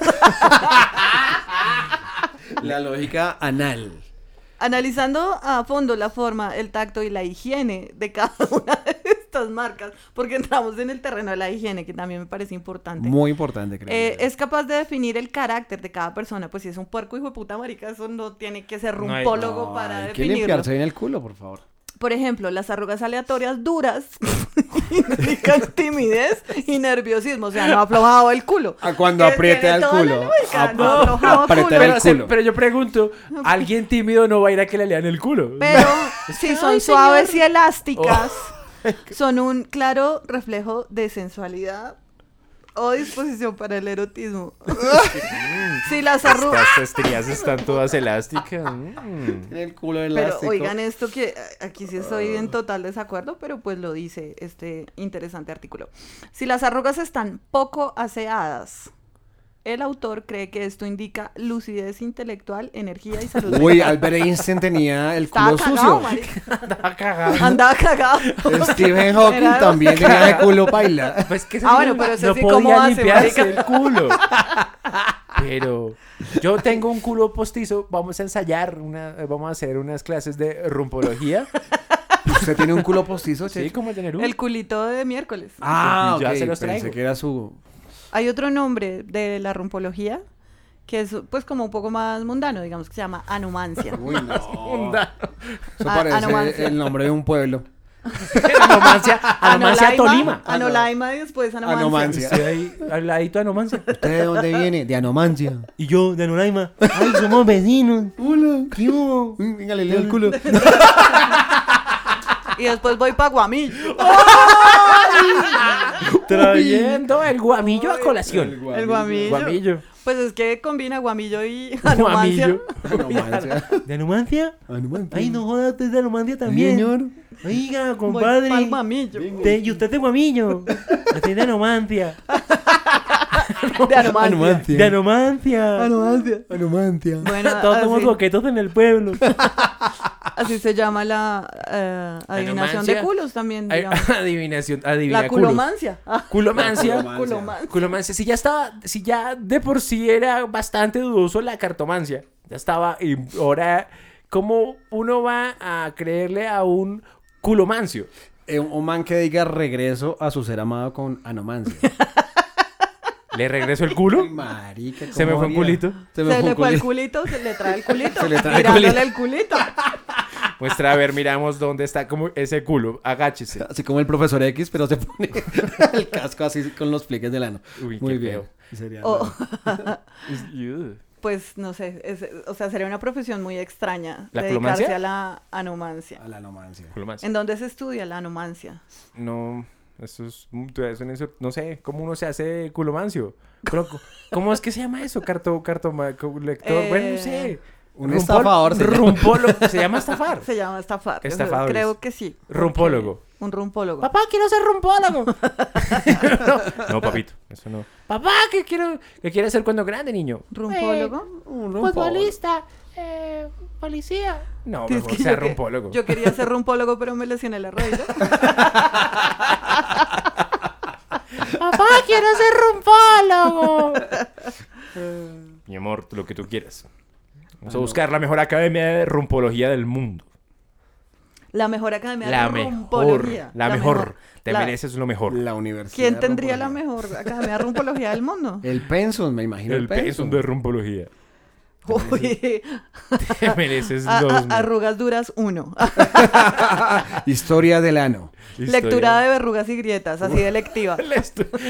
Speaker 6: eh,
Speaker 5: La lógica anal.
Speaker 6: Analizando a fondo la forma, el tacto y la higiene de cada una de estas marcas, porque entramos en el terreno de la higiene, que también me parece importante.
Speaker 5: Muy importante, creo.
Speaker 6: Eh, es capaz de definir el carácter de cada persona, pues si es un puerco hijo de puta marica, eso no tiene que ser
Speaker 5: No hay-
Speaker 6: rumpólogo
Speaker 5: no,
Speaker 6: para
Speaker 5: hay que
Speaker 6: definirlo.
Speaker 5: limpiarse bien el culo, por favor.
Speaker 6: Por ejemplo, las arrugas aleatorias duras indican timidez y nerviosismo, o sea, no ha aflojado el culo.
Speaker 5: A Ah, cuando
Speaker 6: Eh,
Speaker 5: aprieta
Speaker 6: tiene
Speaker 5: el
Speaker 6: toda la
Speaker 5: culo. Ah,
Speaker 6: lógica, no
Speaker 5: Apro-
Speaker 6: ha aflojado
Speaker 5: apretar
Speaker 6: culo.
Speaker 5: el
Speaker 4: Pero, se-
Speaker 5: culo.
Speaker 4: pero yo pregunto, ¿alguien tímido no va a ir a que le lean el culo?
Speaker 6: Pero si son suaves y elásticas,
Speaker 4: Oh.
Speaker 6: son un claro reflejo de sensualidad o disposición para el erotismo. si las arrugas.
Speaker 3: Estas estrías están todas elásticas. Mm.
Speaker 5: Tiene el culo
Speaker 6: Pero
Speaker 5: elástico. Ah.
Speaker 6: oigan esto que a- aquí sí estoy en total desacuerdo, pero pues lo dice este interesante artículo. Si las arrugas están poco aseadas, el autor cree que esto indica lucidez intelectual, energía y salud.
Speaker 5: Uy,
Speaker 6: mental.
Speaker 5: Albert Einstein tenía el
Speaker 6: Estaba
Speaker 5: culo
Speaker 6: cagado,
Speaker 5: sucio.
Speaker 6: marica.
Speaker 4: Cagado.
Speaker 6: Andaba cagado.
Speaker 5: Stephen Hawking
Speaker 6: Era-
Speaker 5: también tenía el culo paila.
Speaker 4: Pues que
Speaker 6: Ah, bueno, pero ese
Speaker 4: no
Speaker 6: sí,
Speaker 4: podía
Speaker 6: ¿cómo hace,
Speaker 4: limpiarse
Speaker 6: marica?
Speaker 4: el culo.
Speaker 11: Pero
Speaker 4: Yo tengo un culo postizo. Vamos a ensayar. Una, eh, vamos a hacer unas clases de rumpología.
Speaker 5: ¿Usted tiene un culo postizo,
Speaker 4: Sí,
Speaker 5: Checho?
Speaker 4: como tener un.
Speaker 6: El culito de miércoles.
Speaker 5: Ah,
Speaker 4: Ya
Speaker 5: ok,
Speaker 4: se los
Speaker 5: pensé
Speaker 4: traigo.
Speaker 5: que era su...
Speaker 6: Hay otro nombre de la rompología que es pues como un poco más mundano, digamos que se llama anomancia.
Speaker 5: Uy, no. Eso
Speaker 6: A-
Speaker 5: parece
Speaker 6: Ah, anomancia.
Speaker 5: el nombre de un pueblo.
Speaker 4: anomancia, anomancia
Speaker 6: Anolaima,
Speaker 4: Tolima.
Speaker 6: Anolaima y después anomancia.
Speaker 5: Anomancia.
Speaker 4: Estoy ahí, al ladito de anomancia.
Speaker 5: ¿Usted de dónde viene? De Anomancia.
Speaker 4: Y yo, de Anoraima. Ay, somos vecinos.
Speaker 5: Hola. ¿Qué hubo? Venga, le leo el culo.
Speaker 6: Y después voy para Guamillo.
Speaker 4: Trayendo el guamillo a colación.
Speaker 6: El Guamillo.
Speaker 4: Guamillo.
Speaker 6: Pues es que combina Guamillo y anomancia.
Speaker 5: Anomancia.
Speaker 4: ¿De Anomancia?
Speaker 5: Anomancia.
Speaker 4: Ay, no jodas, usted es de Anomancia también.
Speaker 5: Señor.
Speaker 6: Voy
Speaker 4: Oiga,
Speaker 6: pa'l
Speaker 4: compadre.
Speaker 6: Guamillo.
Speaker 4: Te- y usted es de Guamillo. Usted es de Anomancia.
Speaker 6: De anomancia.
Speaker 5: Anomancia.
Speaker 4: De Anomancia.
Speaker 5: Anomancia. Anomancia.
Speaker 6: Bueno,
Speaker 4: Todos somos
Speaker 6: así,
Speaker 4: coquetos en el pueblo.
Speaker 6: así se llama la eh, adivinación
Speaker 4: Anomancia.
Speaker 6: de culos también,
Speaker 4: Ay,
Speaker 6: digamos.
Speaker 4: Adivinación, adivina
Speaker 6: La
Speaker 4: culos.
Speaker 6: culomancia. Ah,
Speaker 4: Culomancia.
Speaker 6: Culomancia.
Speaker 4: Culomancia. Si ya estaba, si ya de por sí era bastante dudoso la cartomancia. Ya estaba. Y ahora, ¿cómo uno va a creerle a un culomancio?
Speaker 5: Eh, un un man que diga regreso a su ser amado con anomancia.
Speaker 4: ¿Le regreso el culo?
Speaker 5: Ay, Marica, ¿cómo
Speaker 4: Se me fue un
Speaker 5: haría?
Speaker 4: culito.
Speaker 5: Se me
Speaker 6: Se
Speaker 5: fue
Speaker 6: le
Speaker 5: un
Speaker 6: fue el
Speaker 5: culito.
Speaker 6: culito, se le trae el culito.
Speaker 5: Se le trae el
Speaker 6: mirándole el culito.
Speaker 4: Muestra, Pues, a ver, miramos dónde está como ese culo. Agáchese.
Speaker 5: Así como el profesor X, pero se pone el casco así con los pliegues del ano.
Speaker 4: Uy, qué
Speaker 5: Muy bien. Oh.
Speaker 4: feo.
Speaker 5: Sería
Speaker 6: O-
Speaker 5: raro.
Speaker 6: pues no sé, es- o sea, sería una profesión muy extraña
Speaker 4: ¿La Ah,
Speaker 6: dedicarse
Speaker 4: culomancia?
Speaker 6: a la anomancia.
Speaker 5: A la anomancia.
Speaker 4: Culomancia.
Speaker 6: ¿En dónde se estudia la anomancia?
Speaker 4: No, eso es. eso en eso- no sé, ¿cómo uno se hace culomancio? Pero, co- ¿Cómo es que se llama eso? Carto, cartoma, co- lector. Bueno, no sé.
Speaker 6: Eh,
Speaker 5: Un
Speaker 4: Rumpol-
Speaker 5: estafador se llama.
Speaker 4: rumpólogo. Se llama estafar.
Speaker 6: Se llama estafar.
Speaker 4: Estafadores.
Speaker 6: Creo que sí.
Speaker 4: Rumpólogo.
Speaker 6: Un rumpólogo.
Speaker 4: Papá, quiero ser rumpólogo. no, papito, eso no. Papá, ¿qué quiero, qué quieres ser cuando grande, niño? Eh,
Speaker 6: ¿Rumpólogo? Mm.
Speaker 5: Un
Speaker 4: Futbolista, policía. No,
Speaker 6: Es
Speaker 4: mejor
Speaker 6: que
Speaker 4: sea
Speaker 6: yo que-
Speaker 4: rumpólogo.
Speaker 6: Yo quería ser rumpólogo, pero me lesioné la rodilla.
Speaker 4: Papá, quiero ser rumpólogo. Mi amor, lo que tú quieras. Vamos a buscar la mejor academia de rumpología del mundo.
Speaker 6: La mejor academia
Speaker 4: La
Speaker 6: de
Speaker 4: mejor.
Speaker 6: rumpología.
Speaker 4: La mejor. Te
Speaker 6: La-
Speaker 4: mereces lo mejor.
Speaker 5: La universidad.
Speaker 6: ¿Quién tendría la
Speaker 5: rumpología.
Speaker 6: mejor academia de rumpología del mundo?
Speaker 5: El pensum, me imagino.
Speaker 4: El peso de rumpología.
Speaker 6: Uy.
Speaker 4: Te mereces
Speaker 6: A- a-
Speaker 4: los.
Speaker 6: arrugas duras 1.
Speaker 5: Historia del ano.
Speaker 6: Lectura de verrugas y grietas, así de lectiva.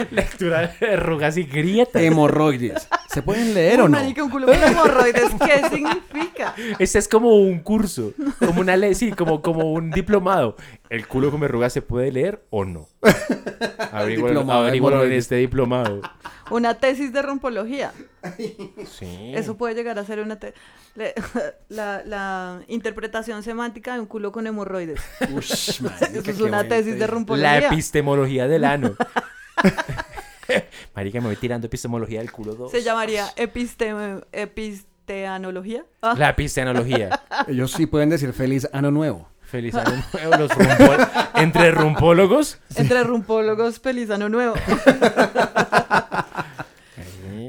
Speaker 4: Lectura de arrugas y grietas.
Speaker 6: Em.
Speaker 5: Hemorroides. ¿Se pueden leer
Speaker 6: Uy,
Speaker 5: o no?
Speaker 6: marica, un culo con hemorroides, ¿qué significa?
Speaker 4: Este es como un curso, como una ley, sí, como, como un diplomado. ¿El culo con verrugas se puede leer o no? Averígualo
Speaker 5: Diplomado de
Speaker 4: averígualo en
Speaker 5: hemorroides.
Speaker 4: este diplomado.
Speaker 6: Una tesis de rompología.
Speaker 5: Mm.
Speaker 4: Sí.
Speaker 6: Eso puede llegar a ser una te- le- la, la interpretación semántica de un culo con hemorroides.
Speaker 5: Ush, marica,
Speaker 6: Eso es
Speaker 5: qué
Speaker 6: una
Speaker 5: buen
Speaker 6: tesis de
Speaker 5: tema.
Speaker 4: La
Speaker 6: rompología.
Speaker 4: epistemología del ano. Marica, me voy tirando epistemología del culo 2.
Speaker 6: Se llamaría episteme- episteanología. Ah,
Speaker 4: La epistemología.
Speaker 5: Ellos sí pueden decir feliz ano nuevo.
Speaker 4: Feliz año nuevo, los rumpol- Entre rumpólogos.
Speaker 6: Entre rumpólogos, pelizano nuevo.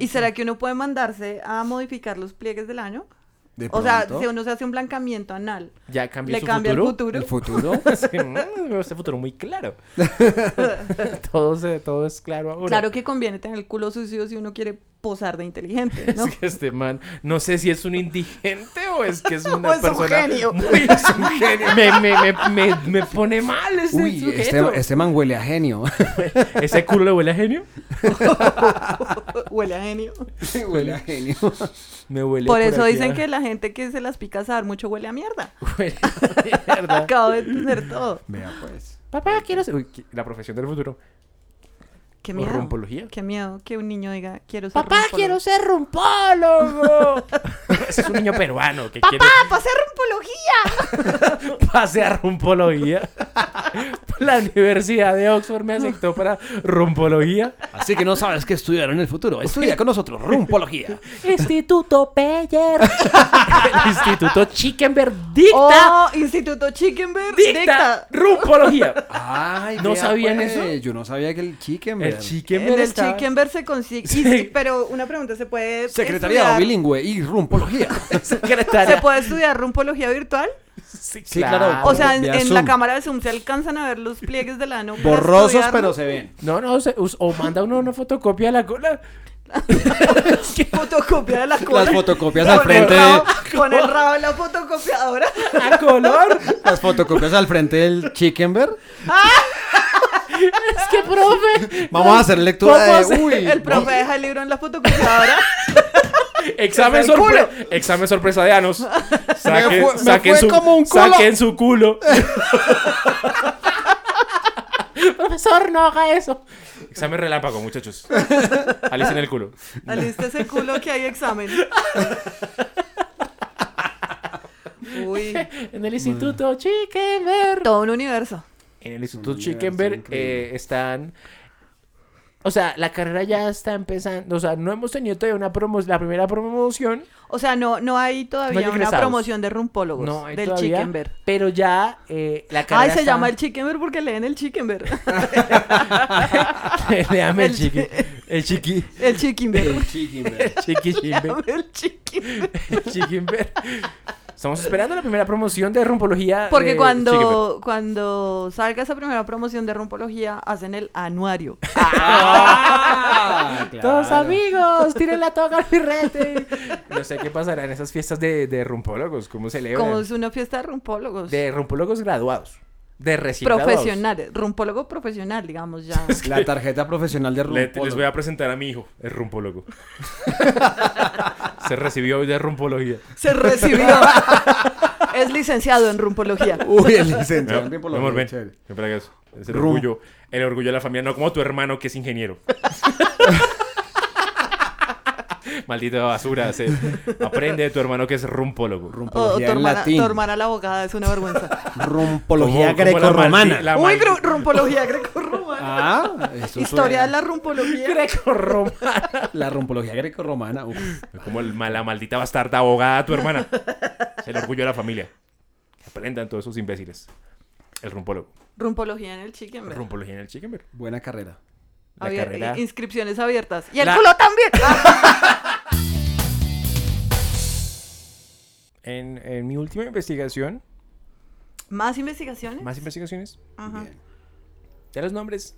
Speaker 6: ¿Y será que uno puede mandarse a modificar los pliegues del año?
Speaker 5: De
Speaker 6: O sea,
Speaker 5: pronto,
Speaker 6: si uno se hace un blancamiento anal,
Speaker 4: Ya cambió
Speaker 6: ¿le
Speaker 4: su
Speaker 6: cambia
Speaker 4: futuro.
Speaker 6: el
Speaker 5: el
Speaker 6: futuro?
Speaker 5: futuro.
Speaker 4: Sí, mm, veo este futuro muy claro. todo, se- todo es claro ahora.
Speaker 6: Claro que conviene tener el culo sucio si uno quiere posar de inteligente, ¿no?
Speaker 4: Es que este man, no sé si es un indigente o es que es una
Speaker 6: O es un
Speaker 4: persona.
Speaker 6: genio.
Speaker 4: muy- es un genio. Me, me, me, me, me pone mal este
Speaker 5: Uy, este,
Speaker 4: sujeto.
Speaker 5: este man huele a genio.
Speaker 4: ¿Ese culo le huele a genio?
Speaker 6: Huele a genio.
Speaker 5: huele a genio.
Speaker 4: Me huele
Speaker 6: Por eso
Speaker 4: aquí
Speaker 6: dicen
Speaker 4: a-
Speaker 6: que la gente que se las pica a dar mucho huele a mierda.
Speaker 4: Huele a mierda.
Speaker 6: Acabo de entender todo.
Speaker 5: Vea pues.
Speaker 4: Papá, quiero ser. Uy, qui- la profesión del futuro.
Speaker 6: Qué
Speaker 4: ¿O
Speaker 6: miedo.
Speaker 4: rumpología?
Speaker 6: Qué miedo que un niño diga, quiero ser
Speaker 4: Papá,
Speaker 6: rumpólogo".
Speaker 4: quiero ser rumpólogo. Ese es un niño peruano que
Speaker 6: ¡Papá,
Speaker 4: quiere
Speaker 6: pasé rumpología!
Speaker 4: pasear rumpología. La Universidad de Oxford me aceptó para rumpología.
Speaker 5: Así que no sabes qué estudiar en el futuro. Estudia con nosotros rumpología.
Speaker 4: Instituto Peyer. el Instituto Chickenberg dicta.
Speaker 6: Oh, Instituto Chickenberg
Speaker 4: dicta. Rumpología.
Speaker 5: Ay,
Speaker 4: ¿No
Speaker 5: vea,
Speaker 4: sabían
Speaker 5: pues,
Speaker 4: eso?
Speaker 5: Yo no sabía que el Eh, Chickenberg.
Speaker 4: El
Speaker 6: En
Speaker 4: Chickenberg
Speaker 6: el
Speaker 4: está...
Speaker 6: Chickenberg se consigue.
Speaker 5: Sí.
Speaker 6: y- Pero una pregunta: ¿se puede.
Speaker 5: Secretariado
Speaker 6: estudiar-
Speaker 5: bilingüe y rumpología.
Speaker 6: ¿Se puede estudiar rumpología virtual?
Speaker 5: Sí, claro.
Speaker 4: Ah,
Speaker 5: claro.
Speaker 6: O sea, en,
Speaker 5: Vía
Speaker 6: en la
Speaker 5: Zoom.
Speaker 6: cámara de Zoom se alcanzan a ver los pliegues de la nuca.
Speaker 5: Borrosos, pero se ven.
Speaker 4: No, no, se- us- o manda uno una fotocopia de la cola.
Speaker 6: Fotocopia de la cola.
Speaker 5: Las fotocopias al frente.
Speaker 6: Con el rabo- con el rabo en la fotocopiadora.
Speaker 4: A color.
Speaker 5: Las fotocopias al frente del Chickenberg.
Speaker 4: Es que, profe.
Speaker 5: Vamos a hacer
Speaker 6: ¿Cómo
Speaker 5: lectura de.
Speaker 6: hace?
Speaker 5: Uy.
Speaker 6: el profe deja el libro en la fotocopiadora.
Speaker 4: Examen,
Speaker 6: Es el
Speaker 4: sorpre- examen sorpresa de Anos. Saquen,
Speaker 5: fue- me
Speaker 4: saquen
Speaker 5: fue
Speaker 4: su,
Speaker 5: como un colo.
Speaker 4: saquen su culo. Profesor, no haga eso. Examen relámpago, muchachos. Alicen el culo.
Speaker 6: Aliste ese culo que hay examen. Uy.
Speaker 4: En el instituto Chickenberg.
Speaker 6: Todo un universo.
Speaker 4: En el instituto Chickenberg eh, están. O sea, la carrera ya está empezando. O sea, no hemos tenido todavía una promo la primera promoción.
Speaker 6: O sea, no, no hay
Speaker 4: No hay
Speaker 6: todavía una
Speaker 4: egresados.
Speaker 6: promoción de rumpólogos
Speaker 4: No hay
Speaker 6: del
Speaker 4: todavía,
Speaker 6: Chickenberg.
Speaker 4: Pero ya eh, la carrera.
Speaker 6: Ay, se
Speaker 4: está-
Speaker 6: llama el Chickenberg porque leen el Chickenberg.
Speaker 4: Le llama el
Speaker 6: el
Speaker 4: chiqui. El chiqui.
Speaker 6: El Chickenberg.
Speaker 5: El Chickenberg.
Speaker 4: Chiqui
Speaker 6: Llame el Chickenberg.
Speaker 4: El Chickenberg. Estamos esperando la primera promoción de Rumpología.
Speaker 6: Porque
Speaker 4: de Chickenberg.
Speaker 6: cuando, Eh, cuando salga esa primera promoción de rumpología, hacen el anuario.
Speaker 5: Ah, claro.
Speaker 4: Todos amigos, tiren la toga al pirrete. No sé qué pasará en esas fiestas de, de rumpólogos. ¿Cómo se celebran?
Speaker 6: Como es una fiesta de rumpólogos.
Speaker 4: De rumpólogos graduados. De recién graduados.
Speaker 6: profesionales. Rumpólogo profesional, digamos ya.
Speaker 5: La tarjeta profesional de
Speaker 3: Le- les voy
Speaker 5: rumpología.
Speaker 3: a presentar a mi hijo, el rumpólogo. Se recibió hoy de rumpología.
Speaker 6: Se recibió. es licenciado en rumpología.
Speaker 5: Uy, el licenciado
Speaker 3: No,
Speaker 5: en
Speaker 3: mi
Speaker 5: rumpología.
Speaker 3: amor, ven.
Speaker 5: chévere.
Speaker 3: Ven para acá, eso. Es el
Speaker 5: Rum.
Speaker 3: orgullo. El orgullo de la familia, no como tu hermano que es ingeniero. Maldita basura. se- Aprende de tu hermano que es rumpólogo.
Speaker 6: O, o tu,
Speaker 5: Rumpología en
Speaker 6: hermana, tu
Speaker 5: latín.
Speaker 6: hermana la abogada es una vergüenza.
Speaker 3: Como-
Speaker 5: Rumpología
Speaker 3: como la
Speaker 5: grecorromana.
Speaker 3: maldi- la
Speaker 6: Uy,
Speaker 3: mal-
Speaker 6: gru- rumpología grecorromana.
Speaker 5: Ah, eso
Speaker 6: Historia
Speaker 5: suena.
Speaker 6: de la rumpología.
Speaker 5: La rumpología grecorromana. uf.
Speaker 3: Como el- la maldita bastarda abogada tu hermana. Es el orgullo de la familia. Que aprendan todos esos imbéciles. El rumpólogo.
Speaker 6: rumpología en el Chickenberg.
Speaker 3: Rumpología en el Chickenberg.
Speaker 5: Buena carrera.
Speaker 3: La
Speaker 6: Abier-
Speaker 3: carrera.
Speaker 6: Inscripciones abiertas. Y el
Speaker 3: La-
Speaker 6: culo también.
Speaker 3: En, en mi última investigación,
Speaker 6: Más investigaciones.
Speaker 3: más investigaciones,
Speaker 6: Ajá.
Speaker 3: de los nombres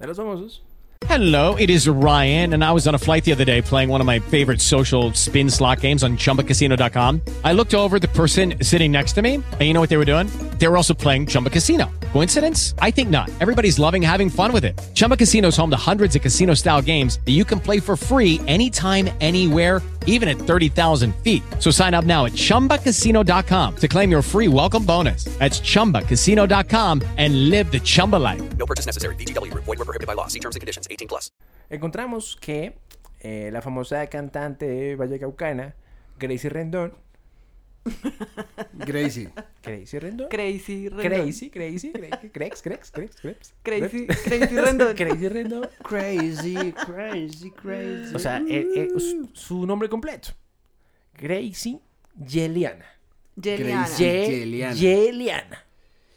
Speaker 3: de los famosos.
Speaker 1: Hello, it is Ryan, and I was on a flight the other day playing one of my favorite social spin slot games on chumbacasino.com. I looked over at the person sitting next to me, and you know what they were doing? They were also playing Chumba Casino. Coincidence? I think not. Everybody's loving having fun with it. Chumba Casino is home to hundreds of casino style games that you can play for free anytime, anywhere even at 30,000 feet. So sign up now at ChumbaCasino.com to claim your free welcome bonus. That's ChumbaCasino.com and live the Chumba life.
Speaker 2: No purchase necessary. VGW Group. Void were prohibited by law. See terms and conditions. 18 plus.
Speaker 4: encontramos que eh, la famosa cantante vallecaucana Gracie Rendón,
Speaker 5: Gracie.
Speaker 4: Gracie Rendón,
Speaker 6: Crazy. Rendón.
Speaker 4: Gracie, Gracie, Gracie, Grex, Grex, Grex, Grex,
Speaker 6: Crazy. Crazy Rendón.
Speaker 4: Gracie Rendón,
Speaker 5: Crazy, crazy, crazy.
Speaker 4: o sea, eh, eh, su, su nombre completo, Gracie Yeliana,
Speaker 6: Yeliana.
Speaker 5: Crazy.
Speaker 4: Ye-
Speaker 5: Yeliana.
Speaker 4: Yeliana,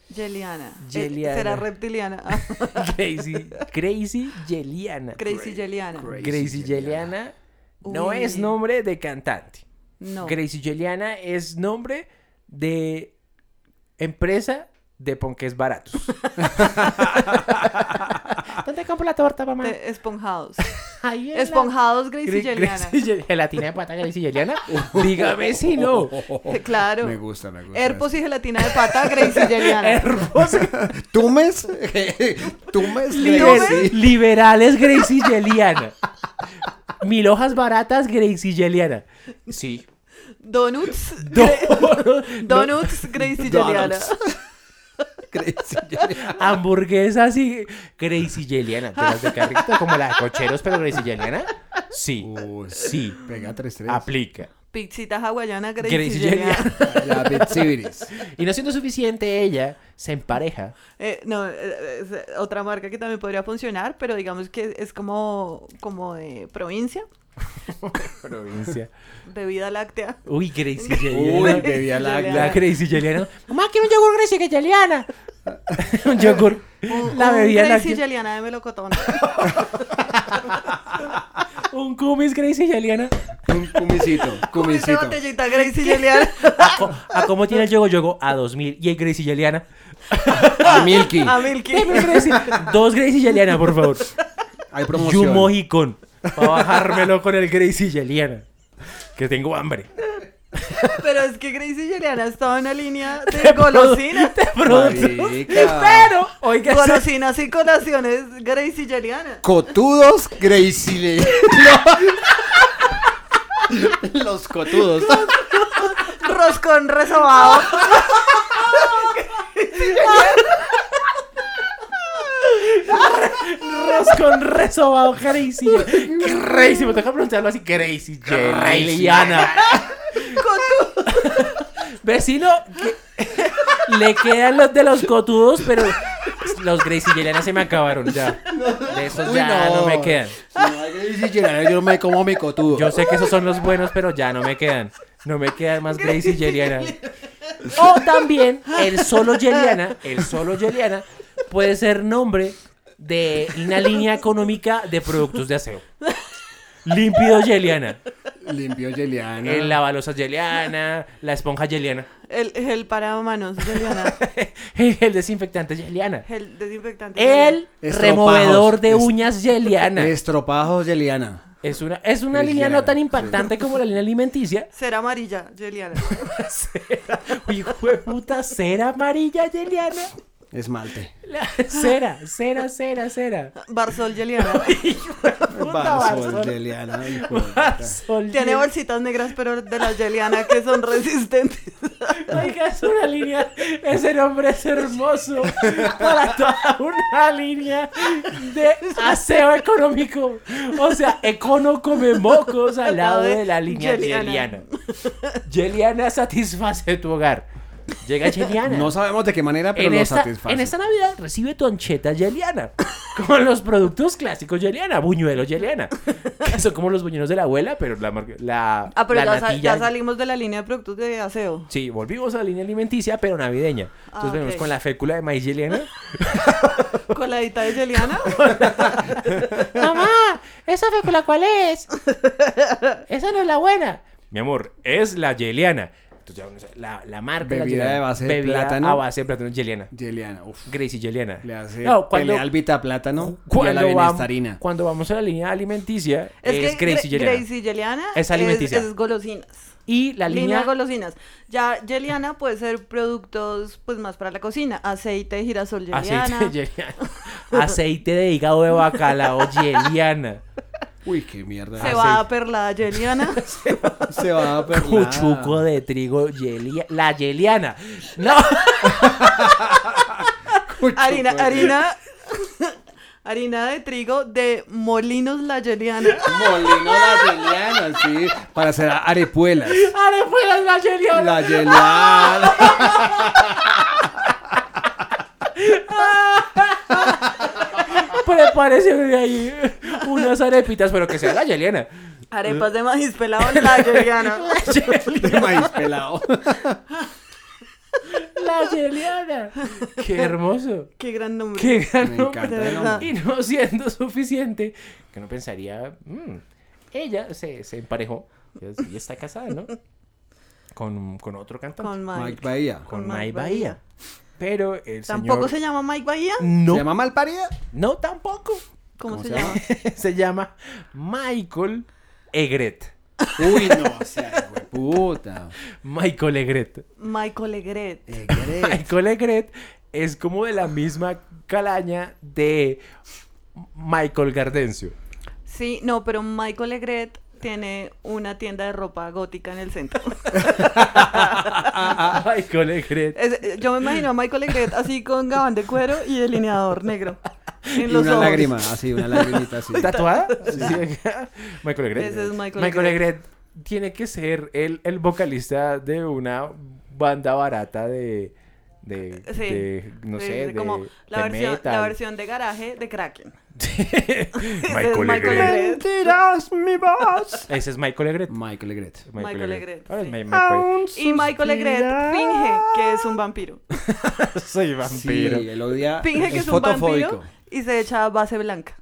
Speaker 6: Yeliana. Eh,
Speaker 4: Yeliana.
Speaker 6: será reptiliana.
Speaker 4: Gracie, Gracie Yeliana,
Speaker 6: Crazy Yeliana.
Speaker 4: Gracie Yeliana, no
Speaker 6: Uy.
Speaker 4: es nombre de cantante.
Speaker 6: No.
Speaker 4: Gracie Juliana es nombre de empresa de ponques baratos. ¿Dónde compro la torta, mamá?
Speaker 6: De Eh, esponjados.
Speaker 4: Ahí en la-
Speaker 6: Esponjados Gracie
Speaker 4: Gre-
Speaker 6: Yeliana.
Speaker 4: Gracie Yel- Gelatina de pata Gracie Juliana. Dígame si no.
Speaker 6: Claro.
Speaker 5: Oh, Me gusta, me gusta.
Speaker 6: Herpos y gelatina de pata Gracie Yeliana.
Speaker 5: ¿Tumes? ¿Tumes?
Speaker 4: Liber- liberales Gracie Juliana. Mil hojas baratas Gracie Juliana. Sí.
Speaker 6: Donuts.
Speaker 4: Donuts.
Speaker 6: Donuts Gracie Yeliana.
Speaker 5: Crazy.
Speaker 4: Hamburguesas y Gracie Juliana. De las de carrito, como la de cocheros, pero Gracie Juliana. Oh, Sí.
Speaker 5: Uy,
Speaker 4: Sí.
Speaker 5: Pega 3-3.
Speaker 3: Aplica.
Speaker 6: Pizzita hawaiana
Speaker 4: Gracie
Speaker 6: Gracie
Speaker 4: Jellia. Y no siendo suficiente ella, se empareja.
Speaker 6: Eh, no, eh, es eh, otra marca que también podría funcionar, pero digamos que es como, como de provincia,
Speaker 4: Provincia.
Speaker 6: bebida láctea.
Speaker 5: Uh,
Speaker 4: Uy, Gracie
Speaker 6: Uy,
Speaker 4: Jelliana.
Speaker 6: bebida láctea.
Speaker 4: La Gracie Jelliana.
Speaker 6: Mamá, quiero un yogur Gracie Geliana.
Speaker 4: Un yogur. La bebida
Speaker 6: Gracie
Speaker 4: láctea.
Speaker 6: Geliana de melocotón.
Speaker 4: Un cumis Gracie Jelliana.
Speaker 5: Un cumisito,
Speaker 6: Esta
Speaker 5: cumisito.
Speaker 6: botellita Gracie Geliana.
Speaker 4: ¿A, co- a cómo tiene el yogo yogo? A 2000. Y el Gracie Jelliana.
Speaker 5: A Milky.
Speaker 6: A Milky.
Speaker 4: Deme un Gracie. Dos Gracie Jelliana, por favor.
Speaker 5: Hay
Speaker 4: Y
Speaker 5: promoción.
Speaker 4: un mojicón. Para bajármelo con el Gracie Jelliana. Que tengo hambre.
Speaker 6: Pero es que Gracie Geliana estaba en una línea de golosinas.
Speaker 5: Marica.
Speaker 6: Pero,
Speaker 4: oiga,
Speaker 6: golosinas y colaciones Gracie Geliana.
Speaker 5: Cotudos Gracie. Los cotudos.
Speaker 6: Roscón resobado.
Speaker 4: Roscón resobado, Gracie. Gracie, me toca pronunciarlo así. Gracie Jelliana. Vecino, que- le quedan los de los cotudos, pero los Gracie Jelliana se me acabaron ya. De esos
Speaker 5: Uy,
Speaker 4: ya no.
Speaker 5: no.
Speaker 4: me quedan.
Speaker 5: No, hay Gracie Geliana, yo me como mi cotudo.
Speaker 4: Yo sé que esos son los buenos, pero ya no me quedan. No me quedan más Gracie Jelliana. O también el solo Yeliana, el solo Yeliana puede ser nombre de una línea económica de productos de aseo. Límpido Yeliana,
Speaker 5: Limpio Geliana.
Speaker 4: el lavalosas Yeliana, la esponja Yeliana,
Speaker 6: El, el para manos Geliana.
Speaker 4: el desinfectante Yeliana,
Speaker 6: El desinfectante.
Speaker 4: el
Speaker 5: Estropajos.
Speaker 4: removedor de
Speaker 5: Es-
Speaker 4: uñas Yeliana.
Speaker 5: Estropajos Geliana.
Speaker 4: Es una, es una línea no tan impactante como la línea alimenticia.
Speaker 6: Ser amarilla, Geliana.
Speaker 4: Hijo de puta, cera amarilla Yeliana.
Speaker 5: Esmalte.
Speaker 4: La- Cera, cera, cera, cera.
Speaker 6: Barzol Geliana.
Speaker 4: Puta,
Speaker 5: Barzol
Speaker 4: Barzol.
Speaker 5: Geliana. hijo de puta.
Speaker 4: Barzol
Speaker 6: Tiene
Speaker 4: Yeliana.
Speaker 6: bolsitas negras, pero de las Geliana que son resistentes.
Speaker 4: Oiga, es una línea. Ese nombre es hermoso. Para toda una línea de aseo económico. O sea, econo come mocos al lado de la línea
Speaker 6: Yeliana.
Speaker 4: Yeliana. Yeliana satisface tu hogar. Llega Yeliana.
Speaker 5: No sabemos de qué manera, pero
Speaker 4: en,
Speaker 5: lo
Speaker 4: esta,
Speaker 5: satisface.
Speaker 4: en esta Navidad recibe tu ancheta Yeliana. Con los productos clásicos Yeliana. Buñuelos Yeliana. Que son como los buñuelos de la abuela, pero la. marca- la
Speaker 6: Ah, pero
Speaker 4: la
Speaker 6: ya, sa-
Speaker 4: natilla-
Speaker 6: ya salimos de la línea de productos de aseo.
Speaker 4: Sí, volvimos a la línea alimenticia, pero navideña.
Speaker 6: Ah,
Speaker 4: Entonces venimos
Speaker 6: ok.
Speaker 4: con la fécula de maíz yeliana.
Speaker 6: Coladita de Geliana.
Speaker 4: ¡Mamá! ¿Esa fécula cuál es? Esa no es la buena. Mi amor, es la yeliana. Entonces ya uno sabe, la, la marca es la
Speaker 5: Bebida
Speaker 4: yeliana.
Speaker 5: de base de
Speaker 4: Bebida
Speaker 5: plátano.
Speaker 4: a base de plátano yeliana.
Speaker 5: Geliana, uf.
Speaker 4: Gracie yeliana.
Speaker 5: Le hace
Speaker 4: No, cuando-
Speaker 5: pelea al Vita Plátano y a la
Speaker 4: Cuando,
Speaker 5: Benestarina.
Speaker 4: vamos, cuando vamos a la línea alimenticia,
Speaker 6: Es,
Speaker 4: es,
Speaker 6: que
Speaker 4: Gracie
Speaker 6: Gra-
Speaker 4: yeliana.
Speaker 6: Gracie Geliana
Speaker 4: Es alimenticia.
Speaker 6: Es, golosinas.
Speaker 4: Y la
Speaker 6: línea...
Speaker 4: línea...
Speaker 6: de golosinas. Ya Geliana puede ser productos pues más para la cocina. Aceite de girasol Geliana.
Speaker 4: aceite yeliana. aceite de hígado de bacalao yeliana.
Speaker 5: Uy, qué mierda.
Speaker 6: Se va a perlada Geliana.
Speaker 5: Se va a perlar.
Speaker 4: Cuchuco de trigo, yelia- la yeliana. No,
Speaker 5: Cuchuco.
Speaker 6: harina, harina. harina de trigo de molinos la Geliana.
Speaker 5: Molino la Geliana, sí. Para hacer arepuelas.
Speaker 4: arepuelas pues, la yeliana.
Speaker 5: La Geliana.
Speaker 4: Prepárese de ahí unas arepitas, pero que sea la yeliana.
Speaker 6: Arepas de maíz pelado la Geliana.
Speaker 5: De maíz pelado.
Speaker 4: La yeliana. Qué hermoso.
Speaker 6: Qué gran nombre.
Speaker 4: Qué gran
Speaker 5: Me
Speaker 4: nombre.
Speaker 5: encanta el
Speaker 6: verdad.
Speaker 5: nombre.
Speaker 4: Y no siendo suficiente, que no pensaría, "Mm, ella se, se emparejó y está casada, ¿no? Con, con otro cantante.
Speaker 6: Con Mike.
Speaker 5: Mike Bahía.
Speaker 4: Con,
Speaker 6: con
Speaker 4: Mike
Speaker 6: Mike
Speaker 4: Bahía. Pero el
Speaker 6: ¿Tampoco
Speaker 4: señor...
Speaker 6: se llama Mike Bahía?
Speaker 4: No,
Speaker 5: ¿Se llama Malparida?
Speaker 4: no tampoco.
Speaker 5: ¿Cómo
Speaker 6: ¿Cómo, se,
Speaker 5: se
Speaker 6: llama?
Speaker 4: se llama Michael Egret.
Speaker 5: Uy, no, o sea, hijo de puta.
Speaker 4: Michael Egret.
Speaker 6: Michael Egret.
Speaker 5: Eh, ¿qué eres?
Speaker 4: Michael Egret es como de la misma calaña de Michael Gardencio.
Speaker 6: Sí, no, pero Michael Egret tiene una tienda de ropa gótica en el centro.
Speaker 4: Michael Egret.
Speaker 6: Es- eh, yo me imagino a Michael Egret así con gabán de cuero y delineador negro.
Speaker 5: Y
Speaker 6: En los
Speaker 5: una
Speaker 6: ojos.
Speaker 5: lágrima, así, una lagrimita así.
Speaker 4: ¿Tatuada? Sí. Michael Egret.
Speaker 6: Ese es Michael
Speaker 4: Egret. tiene que ser el, el vocalista de una banda barata de. de,
Speaker 6: Sí.
Speaker 4: de, no
Speaker 6: Sí,
Speaker 4: sé,
Speaker 6: sí,
Speaker 4: de,
Speaker 6: como la,
Speaker 4: de
Speaker 6: versión,
Speaker 4: metal.
Speaker 6: la versión de garaje de Kraken.
Speaker 4: Michael Egret.
Speaker 6: Mentiras, mi voz.
Speaker 4: Ese es Michael Egret.
Speaker 5: Michael Egret.
Speaker 6: Michael Egret.
Speaker 4: Ahora es
Speaker 6: sí.
Speaker 4: Ma- Michael.
Speaker 6: Y Michael Egret finge que es un vampiro.
Speaker 4: Soy vampiro.
Speaker 5: Sí, él odia.
Speaker 6: Finge que es un vampiro y se echa base blanca.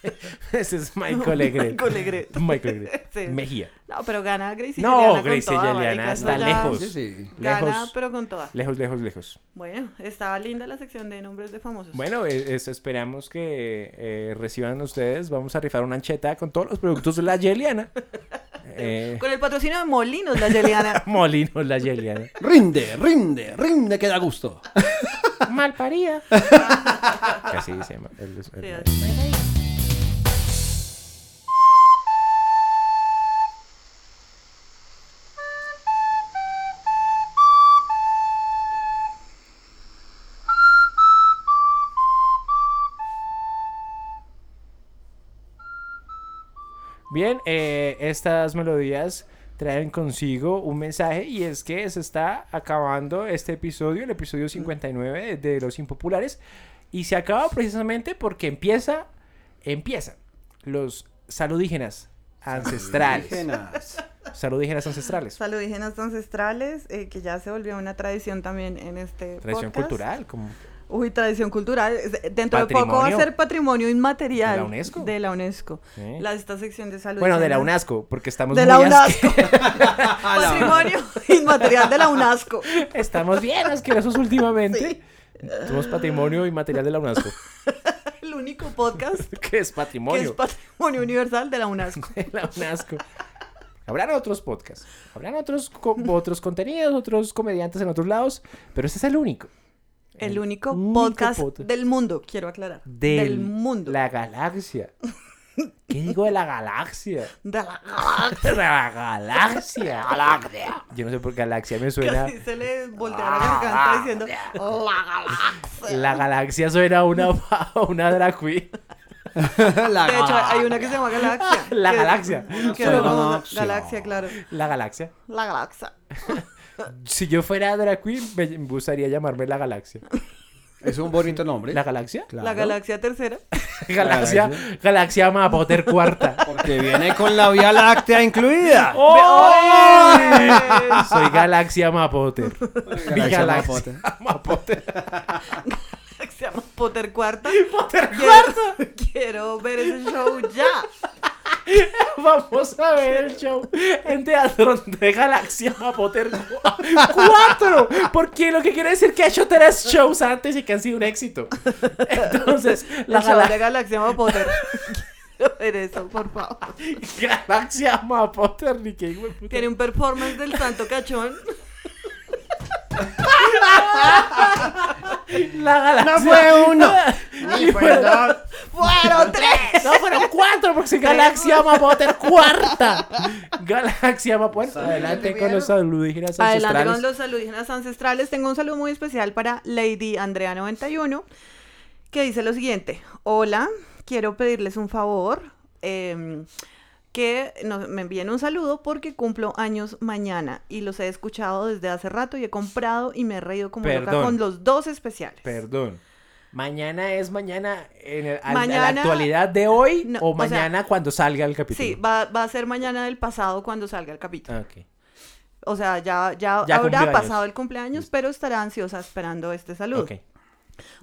Speaker 4: Ese es Michael Egret.
Speaker 6: Michael Egret.
Speaker 4: Michael Egret.
Speaker 6: Sí.
Speaker 4: Mejía.
Speaker 6: No, pero gana Gracie
Speaker 4: No,
Speaker 6: Yeliana con
Speaker 4: Gracie
Speaker 6: toda,
Speaker 4: Yeliana
Speaker 6: marica, eso
Speaker 4: está
Speaker 6: ya
Speaker 4: lejos.
Speaker 5: Sí, sí.
Speaker 6: Gana,
Speaker 4: Lejos.
Speaker 6: pero con toda.
Speaker 4: Lejos, lejos, lejos.
Speaker 6: Bueno, estaba linda la sección de nombres de famosos.
Speaker 4: Bueno, eh, es- esperamos que eh, reciban ustedes. Vamos a rifar una ancheta con todos los productos de la Yeliana. Eh,
Speaker 6: Con el patrocinio de Molinos, la Yeliana.
Speaker 4: Molinos, la Yeliana.
Speaker 5: Rinde, rinde, rinde, que da gusto.
Speaker 4: Mal parida. Así se llama. el- el- el- Bien, eh, estas melodías traen consigo un mensaje y es que se está acabando este episodio, el episodio 59 de, de Los Impopulares y se acaba precisamente porque empieza, empiezan los saludígenas ancestrales.
Speaker 5: Saludígenas.
Speaker 4: Saludígenas ancestrales.
Speaker 6: Saludígenas ancestrales, eh, que ya se volvió una tradición también en este
Speaker 4: Tradición
Speaker 6: podcast.
Speaker 4: cultural, como
Speaker 6: Uy, tradición cultural. Es- eh, Dentro de poco va a
Speaker 4: Patrimonio.
Speaker 6: ser patrimonio inmaterial.
Speaker 4: ¿De la UNESCO?
Speaker 6: De la UNESCO.
Speaker 4: Sí.
Speaker 6: La, esta sección de salud.
Speaker 4: Bueno, de la UNASCO, porque estamos
Speaker 6: De
Speaker 4: muy
Speaker 6: la
Speaker 4: asque-
Speaker 6: UNASCO. patrimonio inmaterial de la UNASCO.
Speaker 4: Estamos bien asquerosos últimamente. Somos patrimonio y material de la UNASCO.
Speaker 6: El único podcast
Speaker 4: ¿Qué es
Speaker 6: que
Speaker 4: patrimonio?
Speaker 6: es patrimonio universal de la UNASCO.
Speaker 4: la UNASCO. Habrán otros podcasts, habrán otros, co- otros contenidos, otros comediantes en otros lados, pero este es el único.
Speaker 6: El único
Speaker 4: único
Speaker 6: podcast
Speaker 4: pod-
Speaker 6: del mundo, quiero aclarar.
Speaker 4: Del,
Speaker 6: Del,
Speaker 4: mundo. La galaxia. ¿Qué digo de la galaxia?
Speaker 6: de la
Speaker 4: De la galaxia. Galaxia. Yo no sé por qué galaxia me suena.
Speaker 6: Casi se le voltea la
Speaker 4: Ah,
Speaker 6: garganta diciendo "Oh". la galaxia.
Speaker 4: La galaxia suena a una, a una drag queen.
Speaker 6: De hecho, hay una que se llama Galaxia.
Speaker 4: La
Speaker 6: que-
Speaker 4: galaxia.
Speaker 6: que
Speaker 4: Suena
Speaker 6: no-
Speaker 4: galaxia.
Speaker 6: galaxia, claro.
Speaker 4: La galaxia.
Speaker 6: La galaxia.
Speaker 4: Si yo fuera drag queen, me me gustaría llamarme la galaxia.
Speaker 5: Es un bonito nombre.
Speaker 4: ¿La galaxia?
Speaker 6: La galaxia tercera.
Speaker 4: Galaxia, Galaxia Mapoter cuarta.
Speaker 5: Porque viene con la Vía Láctea incluida.
Speaker 6: ¡Oh!
Speaker 4: ¡Oh! Soy Galaxia Mapoter. Mi
Speaker 5: Galaxia
Speaker 4: Galaxia Mapoter.
Speaker 6: Se llama Potter Cuarta. ¡Potter Cuarta! Quiero ver ese show ya.
Speaker 4: Vamos a ver el show en teatro de Galaxia Mapoter 4. Porque lo que quiere decir que ha hecho tres shows antes y que han sido un éxito. Entonces,
Speaker 6: La
Speaker 4: la
Speaker 6: show
Speaker 4: gala-
Speaker 6: de Galaxia llama Potter. Quiero ver eso, por favor.
Speaker 4: Galaxia Mapoter, ni que hijo de puta.
Speaker 6: Tiene un performance del Santo Cachón.
Speaker 4: La Galaxia.
Speaker 5: No fue uno.
Speaker 4: Ni fue dos.
Speaker 6: ¡Fueron tres!
Speaker 4: No, fueron cuatro, porque si Galaxia Mapoter cuarta. Galaxia Mapoter. Adelante con los saludígenas
Speaker 6: Adelante
Speaker 4: ancestrales.
Speaker 6: con los saludígenas ancestrales. Tengo un saludo muy especial para Lady Andrea91, que dice lo siguiente. Hola, quiero pedirles un favor. eh, que nos- me envíen un saludo porque cumplo años mañana y los he escuchado desde hace rato y he comprado y me he reído como loca
Speaker 4: Perdón.
Speaker 6: con los dos especiales.
Speaker 4: Perdón. Mañana es mañana en el- al- a
Speaker 6: Mañana-
Speaker 4: la actualidad de hoy
Speaker 6: No,
Speaker 4: o
Speaker 6: o sea-
Speaker 4: mañana cuando salga el capítulo.
Speaker 6: Sí, va, va a ser mañana del pasado cuando salga el capítulo.
Speaker 4: Ah, ok.
Speaker 6: O sea, ya, ya,
Speaker 4: Ya cumplió
Speaker 6: habrá
Speaker 4: años.
Speaker 6: pasado el cumpleaños, pero estará ansiosa esperando este saludo.
Speaker 4: Ok.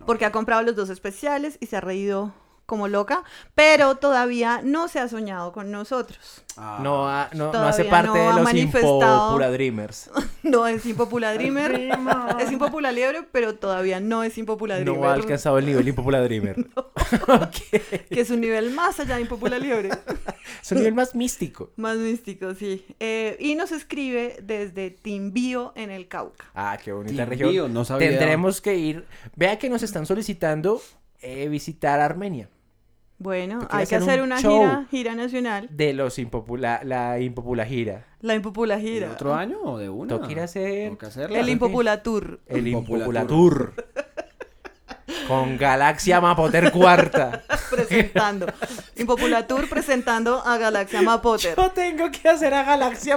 Speaker 6: Porque ha comprado los dos especiales y se ha reído como loca, pero todavía no se ha soñado con nosotros.
Speaker 4: No, ha- no, no
Speaker 6: Todavía
Speaker 4: hace parte
Speaker 6: no ha
Speaker 4: de los
Speaker 6: manifestado-
Speaker 4: Impopura Dreamers.
Speaker 6: No es impopular Dreamer, es impopular Liebre, pero todavía no es impopular Dreamer.
Speaker 4: No ha alcanzado el nivel Impopula Dreamer.
Speaker 6: Que es un nivel más allá de impopular Liebre.
Speaker 4: Es un nivel más místico.
Speaker 6: más místico, sí. Eh, y nos escribe desde Timbío, en el Cauca.
Speaker 4: Ah, qué bonita
Speaker 5: Timbío,
Speaker 4: región.
Speaker 5: no sabía.
Speaker 4: Tendremos que ir. Vea que nos están solicitando eh, visitar Armenia.
Speaker 6: Bueno,
Speaker 4: Porque
Speaker 6: hay que
Speaker 4: hacer un
Speaker 6: hacer una
Speaker 4: show.
Speaker 6: gira, gira nacional.
Speaker 4: De los impopula, la impopula gira.
Speaker 6: La impopular
Speaker 5: ¿De
Speaker 6: gira.
Speaker 5: otro año o de uno?
Speaker 4: Tengo que ir a hacer
Speaker 5: Tengo que hacerla.
Speaker 6: El impopular tour.
Speaker 4: el
Speaker 5: Impopula
Speaker 4: impopula tour. Con Galaxia Mapoter cuarta.
Speaker 6: presentando. Impopular Tour presentando a Galaxia Mapotter.
Speaker 4: Yo tengo que hacer a Galaxia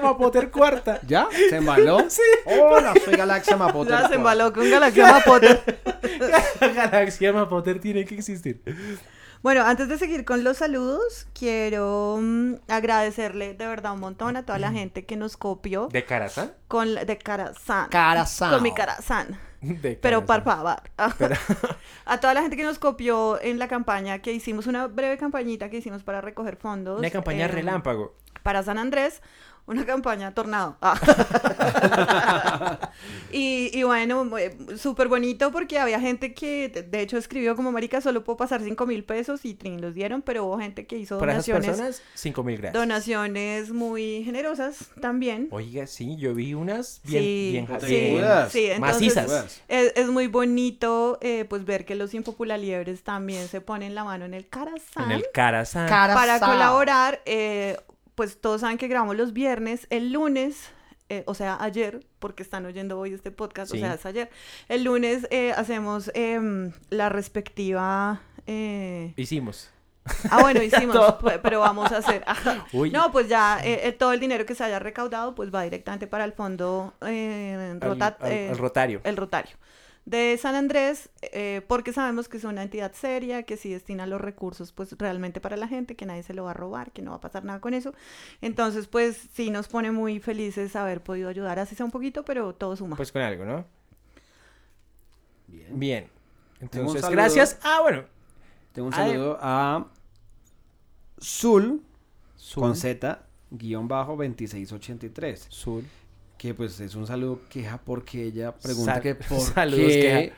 Speaker 4: Mapotter cuarta.
Speaker 5: ¿Ya? ¿Se embaló?
Speaker 4: Sí.
Speaker 5: Hola, soy Galaxia Mapotter.
Speaker 6: Ya se embaló con Galaxia Mapotter.
Speaker 4: Galaxia Mapotter tiene que existir.
Speaker 6: Bueno, antes de seguir con los saludos, quiero mm, agradecerle de verdad un montón a toda la gente que nos copió
Speaker 4: Mm. ¿De Karazan?
Speaker 6: con la- de Karazan.
Speaker 5: Karazan.
Speaker 6: Con mi Karazan.
Speaker 4: De
Speaker 6: Pero
Speaker 4: Karazan.
Speaker 6: por favor. a toda la gente que nos copió en la campaña que hicimos, una breve campañita que hicimos para recoger fondos.
Speaker 4: Una campaña
Speaker 6: em,
Speaker 4: relámpago.
Speaker 6: Para San Andrés, una campaña tornado. Ah. y, y bueno, eh, súper bonito porque había gente que de- de hecho escribió como marica, solo puedo pasar 5 mil pesos y trin, los dieron, pero hubo gente que hizo
Speaker 4: Para esas
Speaker 6: donaciones.
Speaker 4: personas, 5 mil gracias.
Speaker 6: Donaciones muy generosas también.
Speaker 4: Oiga, sí, yo vi unas bien,
Speaker 6: sí,
Speaker 4: bien,
Speaker 6: sí,
Speaker 4: bien
Speaker 6: sí, entonces
Speaker 4: macizas.
Speaker 6: Es, es muy bonito eh, pues ver que los impopulaliebres también se ponen la mano en el carazán.
Speaker 4: En el Karazan.
Speaker 6: Para colaborar, eh, pues todos saben que grabamos los viernes, el lunes, eh, o sea, ayer, porque están oyendo hoy este podcast,
Speaker 10: Sí.
Speaker 6: o sea, es ayer. El lunes eh, hacemos em, la respectiva... eh,
Speaker 4: Hicimos.
Speaker 6: Ah, bueno, hicimos,
Speaker 4: todo.
Speaker 6: pe- pero vamos a hacer. Ajá.
Speaker 4: Uy.
Speaker 6: No, pues ya eh, eh, todo el dinero que se haya recaudado, pues va directamente para el fondo eh,
Speaker 4: Al-
Speaker 6: rota-
Speaker 4: al-
Speaker 6: eh,
Speaker 4: al Rotario.
Speaker 6: El Rotario de San Andrés, eh, porque sabemos que es una entidad seria, que sí destina los recursos, pues realmente para la gente, que nadie se lo va a robar, que no va a pasar nada con eso. Entonces, pues sí nos pone muy felices haber podido ayudar, así sea un poquito, pero todo suma.
Speaker 4: Pues con algo, ¿no? Bien.
Speaker 5: Tengo un
Speaker 4: Entonces,
Speaker 5: saludo.
Speaker 4: gracias. Ah, bueno.
Speaker 5: Tengo un
Speaker 4: Ay.
Speaker 5: saludo a Zul,
Speaker 4: Zul.
Speaker 5: con Z, guión bajo 2683.
Speaker 4: Zul.
Speaker 5: Que pues es un saludo queja porque ella pregunta
Speaker 4: Sa-
Speaker 5: que por
Speaker 4: saludos
Speaker 5: qué...
Speaker 4: queja.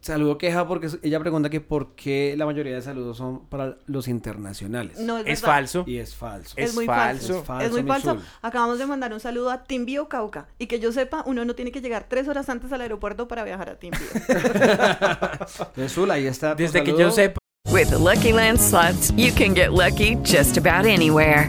Speaker 5: Saludo queja porque su- ella pregunta que por qué la mayoría de saludos son para los internacionales.
Speaker 6: No, es Es verdad. falso.
Speaker 5: Y es falso.
Speaker 6: Es, muy falso.
Speaker 5: Es falso,
Speaker 6: Es muy
Speaker 5: mi
Speaker 6: falso.
Speaker 5: Zul.
Speaker 6: Acabamos de mandar un saludo a Timbío Cauca. Y que yo sepa, uno no tiene que llegar tres horas antes al aeropuerto para viajar a Timbío.
Speaker 5: Entonces, Zul, ahí está. tu
Speaker 4: Desde que
Speaker 5: saludo.
Speaker 4: yo sepa.
Speaker 12: With the Lucky Land slots, you can get lucky just about anywhere.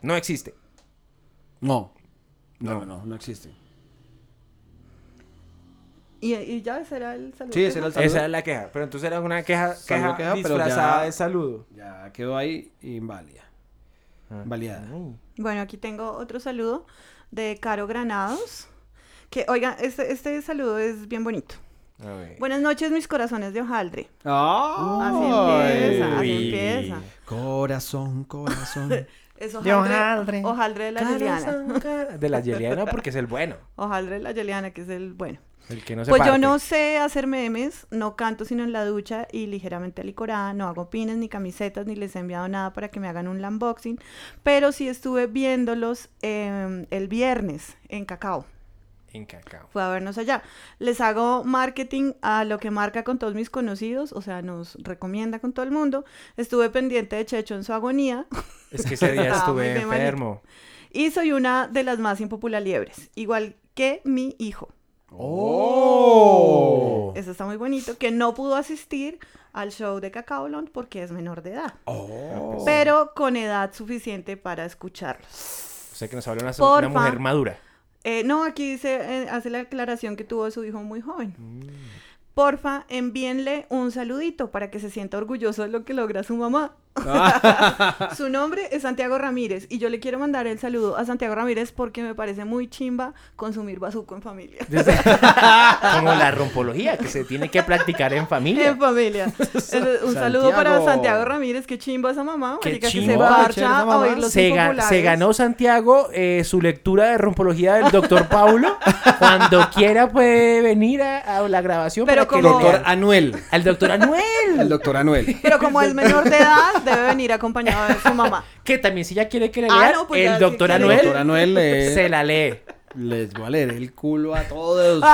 Speaker 4: no existe.
Speaker 5: No. No, no, no, no existe.
Speaker 6: y, y ya será el saludo.
Speaker 5: Sí, ese era el saludo.
Speaker 4: Esa es la queja. Pero entonces era una queja,
Speaker 5: Saludo
Speaker 4: queja,
Speaker 5: queja, pero
Speaker 4: disfrazada
Speaker 5: ya-
Speaker 4: de saludo.
Speaker 5: Ya quedó ahí inválida.
Speaker 4: Ah.
Speaker 5: Invalidada.
Speaker 6: Bueno, aquí tengo otro saludo de Caro Granados. Que, oigan, este, este saludo es bien bonito.
Speaker 4: A ver.
Speaker 6: Buenas noches, mis corazones de hojaldre.
Speaker 5: ¡Ah!
Speaker 6: Así empieza, así
Speaker 5: Uy.
Speaker 6: empieza.
Speaker 5: Corazón, corazón.
Speaker 6: Es
Speaker 5: De
Speaker 6: hojaldre, hojaldre. de la Liliana.
Speaker 4: De la Yeliana porque es el bueno.
Speaker 6: Hojaldre de la Yeliana, que es el bueno.
Speaker 4: El que no se
Speaker 6: pues yo
Speaker 4: parte.
Speaker 6: no sé hacer memes, no canto sino en la ducha y ligeramente alicorada, no hago pines ni camisetas ni les he enviado nada para que me hagan un unboxing, pero sí estuve viéndolos em, el viernes en Cacao.
Speaker 4: En cacao.
Speaker 6: Fue a vernos allá. Les hago marketing a lo que marca con todos mis conocidos, o sea, nos recomienda con todo el mundo. Estuve pendiente de Checho en su agonía.
Speaker 4: Es que ese día
Speaker 6: Estaba muy
Speaker 4: estuve
Speaker 6: bien malito.
Speaker 4: enfermo.
Speaker 6: Y soy una de las más impopular liebres, igual que mi hijo.
Speaker 4: ¡Oh!
Speaker 6: Eso está muy bonito, que no pudo asistir al show de Cacao Land porque es menor de edad. Pero con edad suficiente para escucharlos.
Speaker 4: O sea que nos habla una,
Speaker 6: Porfa.
Speaker 4: una mujer madura.
Speaker 6: Eh, no, aquí dice, eh, hace la aclaración que tuvo su hijo muy joven. Porfa, envíenle un saludito para que se sienta orgulloso de lo que logra su mamá. su nombre es Santiago Ramírez y yo le quiero mandar el saludo a Santiago Ramírez porque me parece muy chimba consumir bazuco en familia.
Speaker 4: Como la rompología que se tiene que practicar en familia.
Speaker 6: En familia. Entonces, un saludo para
Speaker 4: Santiago.
Speaker 6: Santiago Ramírez, que chimba esa mamá,
Speaker 4: Qué
Speaker 6: marica, que se
Speaker 4: chimba.
Speaker 6: parcha a oír los
Speaker 4: se, ga-
Speaker 6: impopulares.
Speaker 4: se ganó Santiago eh, su lectura de rompología del doctor Paulo. Cuando quiera puede venir a, a la grabación.
Speaker 6: Pero
Speaker 4: para que
Speaker 6: como-
Speaker 4: le lea.
Speaker 5: Doctor Anuel.
Speaker 4: Al doctor Anuel.
Speaker 5: Al doctor Anuel.
Speaker 6: Pero como es menor de edad, debe venir acompañado de su mamá.
Speaker 4: Que también si ella quiere que le
Speaker 6: Ah,
Speaker 4: lea,
Speaker 6: no, pues ya,
Speaker 4: el
Speaker 6: si
Speaker 4: doctor
Speaker 6: quiere.
Speaker 4: Anuel,
Speaker 5: Doctor Anuel, eh.
Speaker 4: se la lee.
Speaker 5: Les voy a leer el culo a todos.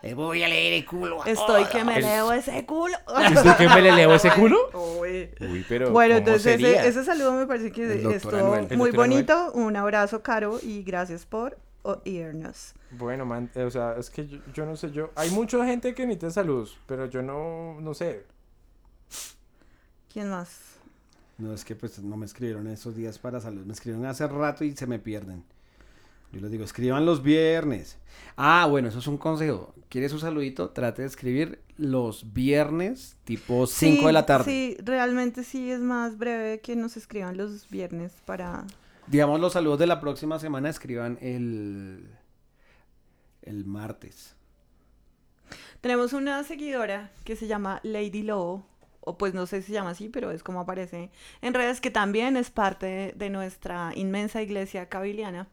Speaker 10: Le voy a leer el culo. a
Speaker 6: Estoy que
Speaker 10: todos.
Speaker 6: me leo ese culo.
Speaker 3: ¿Estoy que me le leo ese culo?
Speaker 6: Uy.
Speaker 3: Uy, pero
Speaker 6: bueno,
Speaker 3: ¿cómo
Speaker 6: entonces eh,
Speaker 3: sería?
Speaker 6: ese, ese saludo me parece que
Speaker 3: El doctor
Speaker 6: estuvo
Speaker 3: Anuel. El
Speaker 6: muy
Speaker 3: doctor Anuel.
Speaker 6: bonito. Un abrazo, Caro, y gracias por oírnos.
Speaker 11: Bueno, man, eh, o sea, es que yo, yo no sé, yo... Hay mucha gente que necesita saludos, pero yo no, no sé.
Speaker 6: ¿Quién más?
Speaker 5: No, es que pues no me escribieron esos días para salud. Me escribieron hace rato y se me pierden. Yo les digo, escriban los viernes. Ah, bueno, eso es un consejo. ¿Quieres un saludito? Trate de escribir los viernes, tipo 5
Speaker 6: Sí,
Speaker 5: de la tarde.
Speaker 6: Sí, realmente sí es más breve que nos escriban los viernes para...
Speaker 5: Digamos, los saludos de la próxima semana escriban el, el martes.
Speaker 6: Tenemos una seguidora que se llama Lady Lobo, o pues no sé si se llama así, pero es como aparece en redes, que también es parte de nuestra inmensa iglesia cabiliana.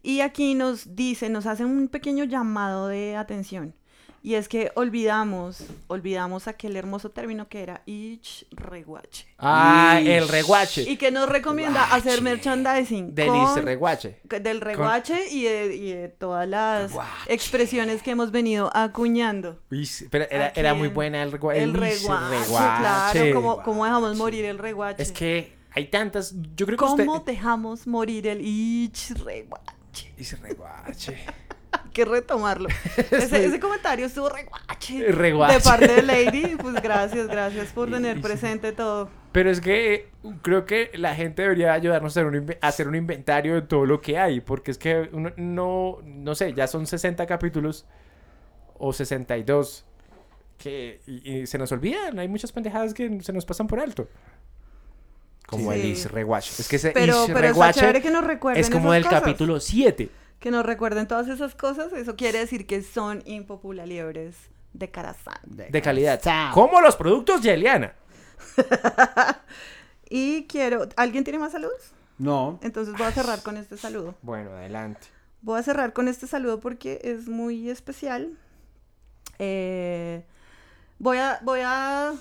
Speaker 6: Y aquí nos dice, nos hace un pequeño llamado de atención. Y es que olvidamos, olvidamos aquel hermoso término que era ich reguache.
Speaker 4: Ah, el reguache.
Speaker 6: Y que nos recomienda hacer merchandising
Speaker 4: Del
Speaker 6: con-
Speaker 4: is- reguache.
Speaker 6: del reguache y, de, y de todas las expresiones que hemos venido acuñando.
Speaker 4: Uy, sí, pero era, era muy buena el regua-
Speaker 6: El
Speaker 4: el is-
Speaker 6: reguache,
Speaker 4: reguache.
Speaker 6: claro, ¿cómo, cómo dejamos morir el reguache?
Speaker 4: Es que hay tantas. Yo creo que
Speaker 6: ¿Cómo
Speaker 4: usted.
Speaker 6: dejamos morir el ich reguache?
Speaker 4: Is reguache.
Speaker 6: Hay que retomarlo. Ese, ese comentario estuvo reguache.
Speaker 4: Reguache.
Speaker 6: De parte de Lady, pues gracias, gracias por tener presente todo.
Speaker 4: Pero es que eh, creo que la gente debería ayudarnos a hacer, un, inve- a hacer un inventario de todo lo que hay, porque es que uno no, no sé, ya son 60 capítulos o 62 que y- y se nos olvidan, hay muchas pendejadas que se nos pasan por alto. Como
Speaker 6: Sí.
Speaker 4: el Is Rewatch. Es que ese
Speaker 6: Pero-
Speaker 4: Is
Speaker 6: pero está
Speaker 4: Rewatch
Speaker 6: chévere que nos recuerden
Speaker 4: es como
Speaker 6: esas
Speaker 4: del
Speaker 6: cosas.
Speaker 4: capítulo 7.
Speaker 6: Que nos recuerden todas esas cosas, eso quiere decir que son impopulares de Carazán.
Speaker 4: de calidad. Como los productos de Eliana.
Speaker 6: Y quiero. ¿Alguien tiene más saludos?
Speaker 5: No.
Speaker 6: Entonces voy a cerrar con este saludo.
Speaker 4: Bueno, adelante.
Speaker 6: Voy a cerrar con este saludo porque es muy especial. Eh, voy, a, voy a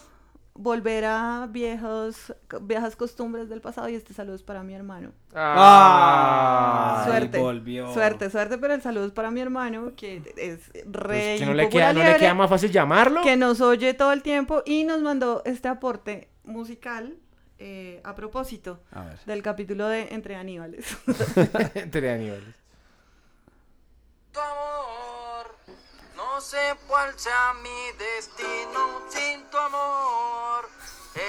Speaker 6: volver a viejos, viejas costumbres del pasado y este saludo es para mi hermano.
Speaker 5: Ah. Ay,
Speaker 6: suerte,
Speaker 5: volvió.
Speaker 6: suerte, suerte, pero el saludo es para mi hermano que es rey.
Speaker 4: Pues que no le queda- no le queda más fácil llamarlo.
Speaker 6: Que nos oye todo el tiempo y nos mandó este aporte musical eh, a propósito
Speaker 4: A ver.
Speaker 6: del capítulo de Entre Aníbales.
Speaker 4: Entre animales.
Speaker 10: No sé cuál sea mi destino sin tu amor.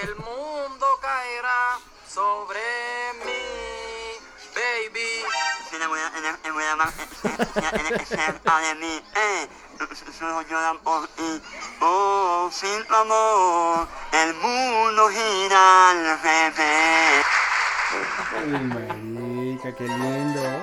Speaker 10: El mundo caerá sobre mí, baby. Oh, sin tu amor, el mundo gira al revés.
Speaker 5: Ay, marica, qué lindo.